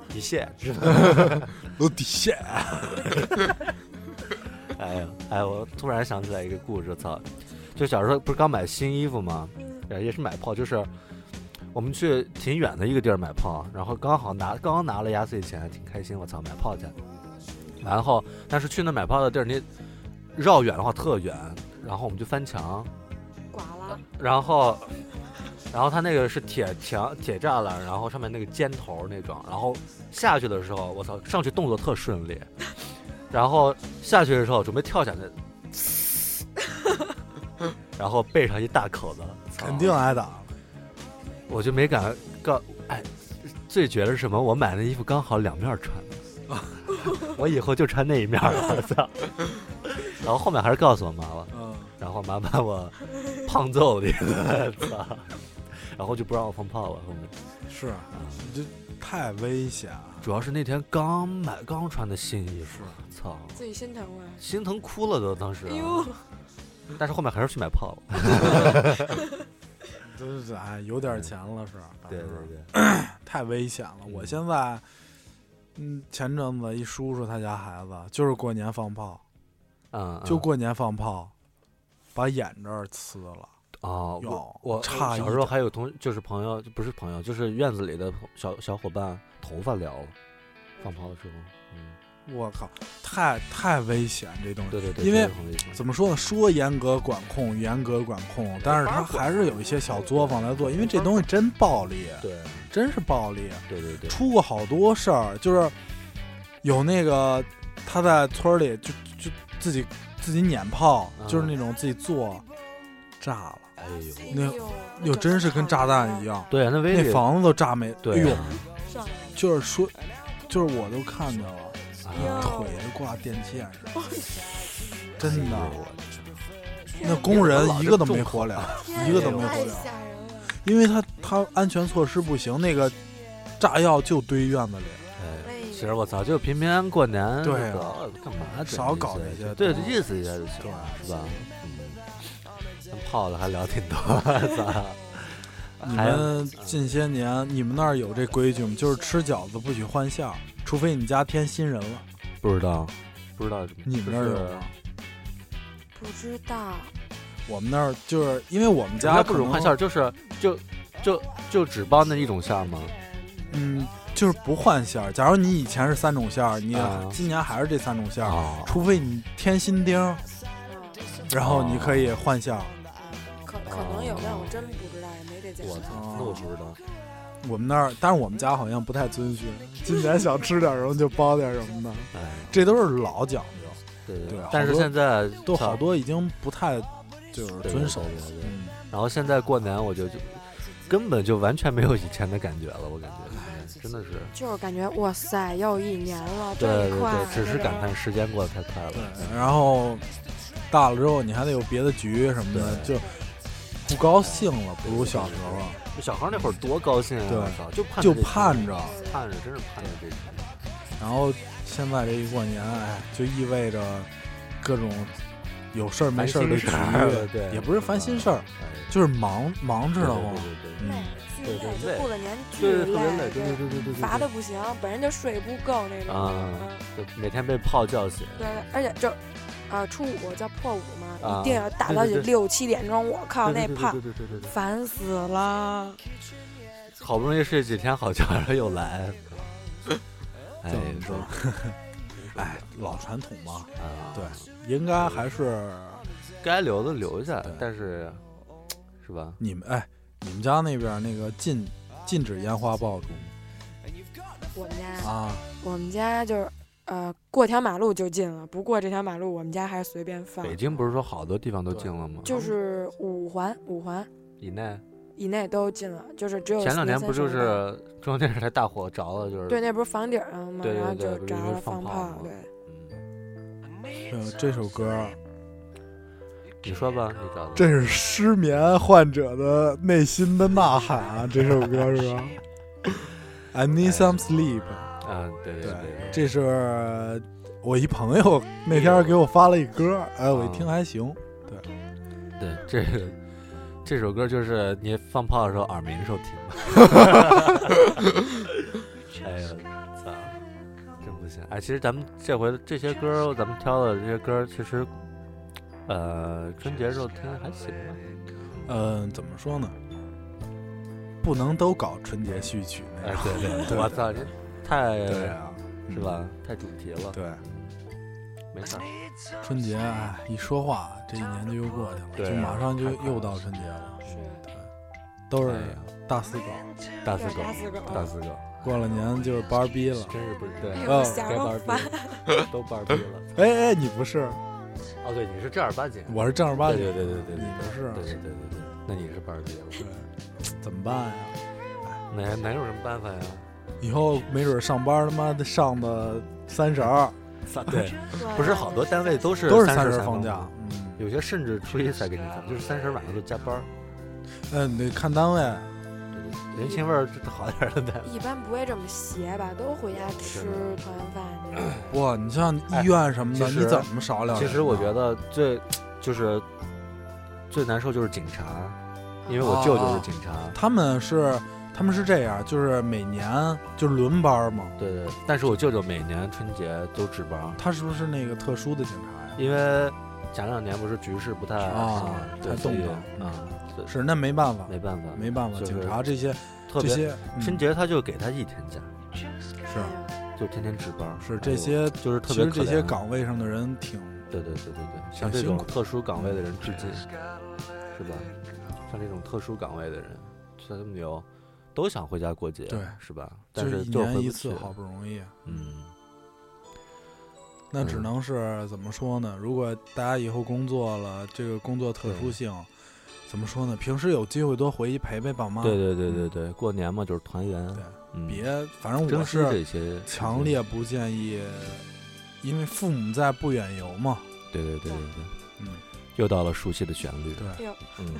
A: 底线，是吧？
C: 都底线，
A: 哎呀，哎，我突然想起来一个故事，操，就小时候不是刚买新衣服吗？
B: 嗯
A: 也也是买炮，就是我们去挺远的一个地儿买炮，然后刚好拿刚刚拿了压岁钱，挺开心，我操，买炮去。然后，但是去那买炮的地儿，你绕远的话特远，然后我们就翻墙，
B: 剐了，
A: 然后，然后它那个是铁墙、铁栅栏，然后上面那个尖头那种，然后下去的时候，我操，上去动作特顺利，然后下去的时候准备跳下去，然后背上一大口子，操
C: 肯定，啊挨打了。
A: 我就没敢告，哎，最绝的是什么？我买的衣服刚好两面穿 的，我以后就穿那一面了，我操，然后后面还是告诉我妈了。
C: 嗯，
A: 然后妈把我胖揍了一顿，操！然后就不让我放炮了。后面
C: 是，啊这太危险了。
A: 主要是那天刚买刚穿的新衣服，操，
B: 自己心疼
A: 啊
B: 啊！
A: 心疼哭了都。当时
B: 哎哎呦，
A: 但是后面还是去买炮。
C: 都是哎，有点钱了是，反
A: 对嗯
C: 正
A: 对
C: 是
A: 对，
C: 太危险了。我
A: 嗯
C: 现在，嗯，前阵子一叔叔他家孩子就是过年放炮，
A: 嗯，
C: 就
A: 嗯
C: 过年放炮，把眼这儿呲了。
A: 啊，
C: 有
A: 我我
C: 差一
A: 小时候
C: 点
A: 还有同就是朋友，不是朋友，就是院子里的朋小小伙伴头发撩了，放炮的时候，嗯，
C: 我靠，太太危险这东西。
A: 对对对，
C: 因为
A: 这个很危险
C: 怎么说呢？说严格管控，严格管控，但是他还是有一些小作坊来做，因为这东西真暴力，
A: 对
C: 真是暴力。
A: 对对对，
C: 出过好多事儿，就是有那个他在村儿里就就自己自己撵炮，
A: 嗯
C: 就是那种自己做炸了，
A: 哎呦，
C: 那
B: 哎呦
C: 又真是跟炸弹一，样，
A: 对啊，那威
C: 那
A: 力，
C: 房子都炸没。哎
A: 对
C: 呦
A: 啊，，
B: 上来了
C: 就是说，就是我都看见了，
A: 啊
C: 腿都挂电线
A: 哦
C: 上，真的，
A: 哎
B: 天
C: 那工人一个都没活了，
B: 天
C: 一个都没有
B: 太
C: 活了
B: 吓人了，
C: 因为他他安全措施不行，那个炸药就堆院子里。
A: 哎
B: 哎呀
A: 其实我操，就平平安安过年，
C: 对啊
A: 这个干嘛整
C: 少搞这些
A: 对，
C: 东西
A: 意思一下就行了，是吧？嗯，咱泡的还聊挺多， 操，
C: 你
A: 还有
C: 们近些年，你们那儿有这规矩吗？就是吃饺子不许换馅儿，除非你家添新人了。
A: 不知道，不知道什么，
C: 你们那儿有
A: 就是
C: 吗？
B: 不知道，
C: 我们那儿就是因为我们
A: 人家
C: 家
A: 不准换馅
C: 儿，
A: 儿，就是就就就只包那一种馅儿吗？
C: 嗯，就是不换馅儿。假如你以前是三种馅儿，你
A: 啊
C: 今年还是这三种馅儿，
A: 啊，
C: 除非你添新丁儿，
B: 嗯
C: 然后
A: 啊
C: 你可以换馅儿。
B: 可可能有，但我真不知道，也没这讲
A: 我操，那我不知道。
C: 我们那儿，但是我们家好像不太遵循，今年想吃点什么就包点什么的，
A: 哎，
C: 这都是老讲究，
A: 对对
C: 对好
A: 但是
C: 多
A: 现在
C: 都
A: 操
C: 好多已经不太就是
A: 对
C: 遵守了
A: 对对对。对
C: 嗯
A: 然后现在过年，我就就根本就完全没有以前的感觉了，我感觉哎真的是。
B: 就是感觉哇塞，又一年了，
A: 对
B: 这
A: 对
B: 么快
A: 对，，只是感叹时间过得太快了。
C: 对，然后大了之后你还得有别的局什么的，
A: 对
C: 就不高兴了，不如小时候了，
A: 就小孩儿那会儿多高兴啊！
C: 对
A: 我操，就盼这
C: 就
A: 天
C: 盼着。
A: 盼着，真是盼着这天。
C: 然后现在这一过年，哎，就意味着各种有事儿没事儿的
A: 烦心事儿
C: 局，
A: 对，
C: 也不是烦心事儿，
A: 哎，
C: 就是忙忙，知道吗？
A: 对
C: 嗯，
B: 巨
A: 对对累
B: 累，就过个年巨
A: 对对对，对对，特别累，对对
B: 对
A: 对对对对，
B: 乏的不行，本身就睡不够那种。
A: 啊
B: 嗯
A: 对每天被炮叫醒。
B: 对，而且就，呃，初五叫破五
A: 啊
B: 嘛，一定要打到
A: 对对对
B: 六七点钟，我靠，
A: 对
B: 那
A: 对对
B: 胖
A: 对对对对啊对
B: 烦死了。
A: 对，好不容易睡几天好觉，然后又来。哎
C: 怎么，
A: 说
C: 说？ 哎，老传统嘛，
A: 啊，
C: 对，应该还是
A: 该留的留下
C: 对，
A: 但是是吧？
C: 你们哎，你们家那边那个禁禁止烟花爆竹
B: 我们家，
C: 啊，
B: 我们家就是，呃，过条马路就禁了，不过这条马路我们家还是随便放
A: 北，京不是说好多地方都
C: 对
A: 禁了吗？
B: 就是五环五环
A: 以内，
B: 以内都禁了，就是只有
A: 前两
B: 年
A: 年不
B: 三十
A: 就
B: 晚上
A: 是中央电视台大火着了，就是
B: 对，那不是房顶上吗？
A: 对对
B: 然后
A: 对
B: 就
A: 不是
B: 着
A: 因为
B: 了
A: 放
B: 放
A: 炮吗
B: 对，
A: 嗯，
C: 呃这首歌
A: 你说吧，你找的
C: 这是失眠患者的内心的呐喊啊！这首歌是吧 ？I need some sleep。
A: 啊，对对对，
C: 这是呃我一朋友那天给我发了一歌，
A: 啊
C: 哎，我一听还行。
A: 对这个这首歌就是你放炮的时候耳鸣时候听的。 哎呀，操，真不行！哎，其实咱们这回这些歌儿，咱们挑的这些歌儿，其实，呃，春节时候听还行吧。
C: 嗯、怎么说呢？不能都搞春节序曲那
A: 哎
C: 样，，
A: 对对
C: 对
A: 我操，这太
C: 对啊，
A: 是吧？太主题了
C: 嗯？，对，
A: 没事儿。
C: 春节哎，一说话，这一年就又过去了，
A: 对啊
C: 就马上就
A: 太快了
C: 又到春节了，
B: 是
C: 都是
A: 哎呀
C: 大四狗，
A: 大四
B: 又
A: 狗，
B: 打死狗，
A: 大四狗，
C: 过了年就是班儿逼了。
A: 真是不是 对，
B: 哎
A: 该
B: 呦
C: 哦
B: 想
A: 班
B: 了
A: 儿逼
B: 烦，
A: 了，都班儿逼了。
C: 哎哎，你不是？
A: 哦，对，你是正儿八经，
C: 我是正儿八
A: 对
C: 经
A: 对
C: 的，
A: 对对对，
C: 你不是
A: 对对对对对，那你是班儿逼 了。
C: 对，怎么办呀？
A: 哪哪有什么办法呀？
C: 以后没准上班他妈的上的三十儿
A: 三对，
B: 对
A: 不是好多单位都是
C: 都是
A: 三
C: 三
A: 十
C: 十
A: 才
C: 放假
A: 吗，，
C: 嗯，
A: 有些甚至初一才给你放，就是三十晚上就加班儿。
C: 那哎你得看单位，
A: 人情味儿这好点儿的 单位，
B: 一般不会这么邪吧？都回家吃团饭去了。
C: 哇，你像医院什么的，
A: 哎其实
C: 嗯你怎么少了？
A: 其实我觉，得最就是最难受就是警察，因为
C: 哦
A: 我舅舅是警察。
C: 他们是他们是这样，就是每年就是轮班嘛。
A: 对对，但是我舅舅每年春节都值班，
C: 他是不是那个特殊的警察呀？
A: 因为前两年不是局势不太
C: 啊
A: 嗯
C: 太
A: 对，所以
C: 动荡
A: 啊，对
C: 是，那没办法，
A: 没办法，
C: 没办法，
A: 就是
C: 警察这些
A: 特
C: 这
A: 别
C: 些嗯
A: 春节他就给他一天假，嗯
B: 哎
C: 是
A: 就天天值班，
C: 是
A: 哎
C: 这
A: 呦
C: 些，
A: 就是特
C: 其
A: 别
C: 实这
A: 可
C: 些
A: 怜
C: 岗位上的人挺
A: 对对对对对，像
C: 挺
A: 这
C: 辛
A: 种
C: 苦嗯
A: 特殊岗位的人致敬，是吧？像这种特殊岗位的人，像他们有都想回家过节，
C: 对
A: 是吧？但
C: 就是一
A: 就是
C: 年
A: 回
C: 一
A: 不
C: 次
A: 去，，
C: 好不容易。啊
A: 嗯，
C: 那只
A: 嗯
C: 能是怎么说呢？如果大家以后工作了，这个工作特殊
A: 对
C: 性，怎么说呢？平时有机会多回去陪陪爸妈，
A: 对对对对对，过年嘛就是团圆，
C: 啊嗯对
A: 嗯，
C: 别反正我
A: 珍惜
C: 是
A: 这些，
C: 强，烈不建议，因为父母在不远游嘛。
A: 对对对对对，
C: 嗯，
A: 又到了熟悉的旋律，
C: 对，
A: 嗯，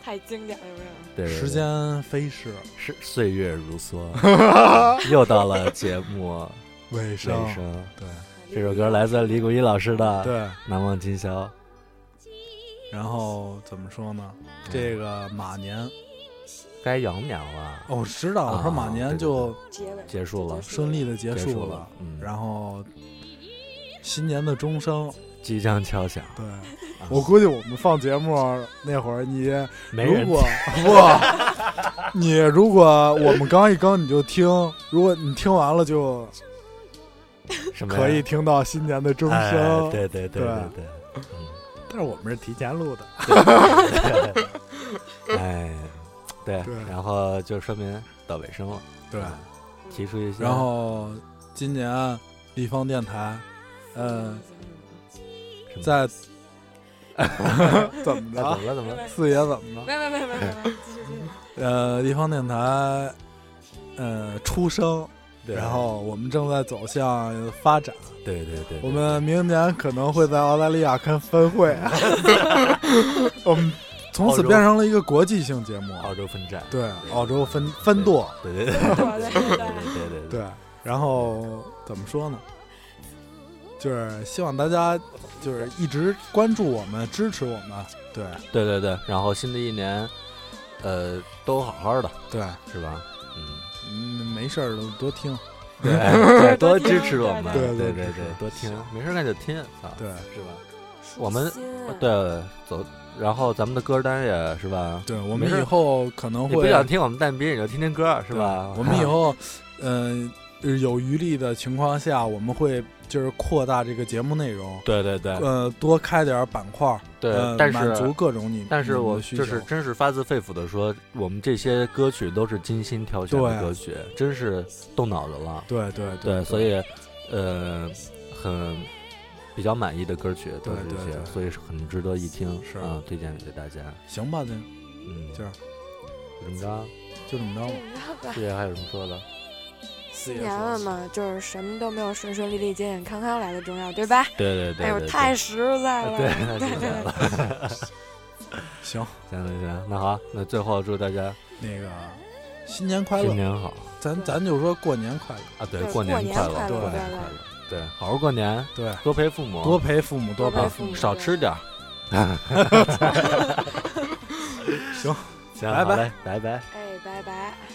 B: 太经典了，有没有？
A: 对，对
C: 时
A: 对
C: 间飞逝，
A: 是岁月如 梭，又到了节目
C: 尾
A: 尾
C: 声，
A: 声。
C: 对
A: 这首歌来自李谷一老师的《
C: 啊对。
A: 难忘今宵》，
C: 然后怎么说
A: 嗯
C: 呢？这个马年，
A: 该羊年了，
C: 哦，我知道，我说
A: 啊
C: 马年
A: 对对
C: 就
B: 结尾
A: 结束了
B: 就
C: 顺利的结
A: 结
C: 束
A: 了，嗯，
C: 然后新年的钟声，
A: 即将敲响，
C: 对
A: 啊
C: 我估计我们放节目那会儿，你
A: 没
C: 如
A: 人
C: 果不，你如果我们刚一更你就听，如果你听完了就
A: 什么呀
C: 可以听到新年的钟
A: 哎
C: 声。
A: 对对对
C: 对
A: 对
C: 但是我们是提前录的，
A: 嗯对 对，哎，对
C: 对，
A: 然后就说明到尾声了，
C: 对。
A: 嗯，提出一些，
C: 然后今年立方电台，呃，
A: 嗯什么
C: 在
A: 啊
C: 怎么着
A: 怎？么了怎么了？
C: 四爷怎么了？
B: 嗯没没没没没
A: 哎
B: 没，继续继续。
C: 呃，立方电台，呃，出生，
A: 对
C: 然后我们正在走向发展。
A: 对对对，对
C: 我们明年可能会在澳大利亚开分 会，我们从此变成了一个国际性节目。
A: 澳洲分站，
C: 对，澳洲分分舵，
A: 对对对对
B: 对对对
A: 对对对，
C: 对，然后怎么说呢？就是希望大家就是一直关注我们，支持我们。对
A: 对对对，然后新的一年，呃，都好好的，
C: 对，
A: 是 吧？嗯。
C: 嗯，没事儿都多听。
A: 对哎对，
B: 多
A: 多
B: 听
A: 支持我们，啊
C: 对
A: 对
C: 多支持
A: 对，多听，没事干就听，啊，
C: 对
A: 是吧？
B: 舒
A: 我们呃
B: 心啊
A: 对，走，然后咱们的歌单也是吧？
C: 对，我
A: 没
C: 们
A: 事儿
C: 以后可能
A: 你不
C: 会
A: 想听我们蛋逼，你就听听歌，是吧？啊
C: 我们以后，嗯、呃，有余力的情况下，我们会就是扩大这个节目内容，
A: 对对对
C: 呃，多开点儿板块儿，
A: 哎对，
C: 呃，
A: 但
C: 满足
A: 是
C: 各种你，
A: 但是
C: 你们
A: 我
C: 的需
A: 就
C: 求，
A: 是真是发自肺腑的说，我们这些歌曲都是精心挑选
C: 对
A: 的歌曲，真是动脑子了，
C: 对对
A: 对，所以呃，很比较满意的歌曲都是
C: 对
A: 这
C: 对
A: 些
C: 对，
A: 所以是很值得一听
C: 是
A: 啊，推荐给大家。
C: 行吧，那
A: 嗯，
C: 这样
A: 怎么着？
C: 就这么着
B: 这你知道吧
C: 吧。
A: 四爷还有什么
B: 哎
A: 说的？
C: 四
B: 新年了嘛，就是什么都没有顺顺利利、健健康康来的重要，对吧？
A: 对对对，
B: 哎呦，
A: 对啊
B: 太实在了。
A: 对，太精彩了。
C: 行，
A: 行行行，那好，那最后祝大家
C: 那个新年快
A: 新
C: 乐，
A: 年好
C: 咱咱就说过年快乐，
A: 啊！对，
B: 对
A: 过
B: 过年
A: 快
B: 快
A: 过年快
B: 对
C: 乐
A: 乐，对，好好过年，
C: 对，
A: 多陪父母，
C: 多陪父母，
B: 多
C: 多陪
B: 陪
A: 啊
C: 父
B: 父
C: 母
B: 母，
A: 少吃 点儿。行
C: 拜
A: 好
C: 拜
A: 嘞，拜拜。
B: 哎，拜拜。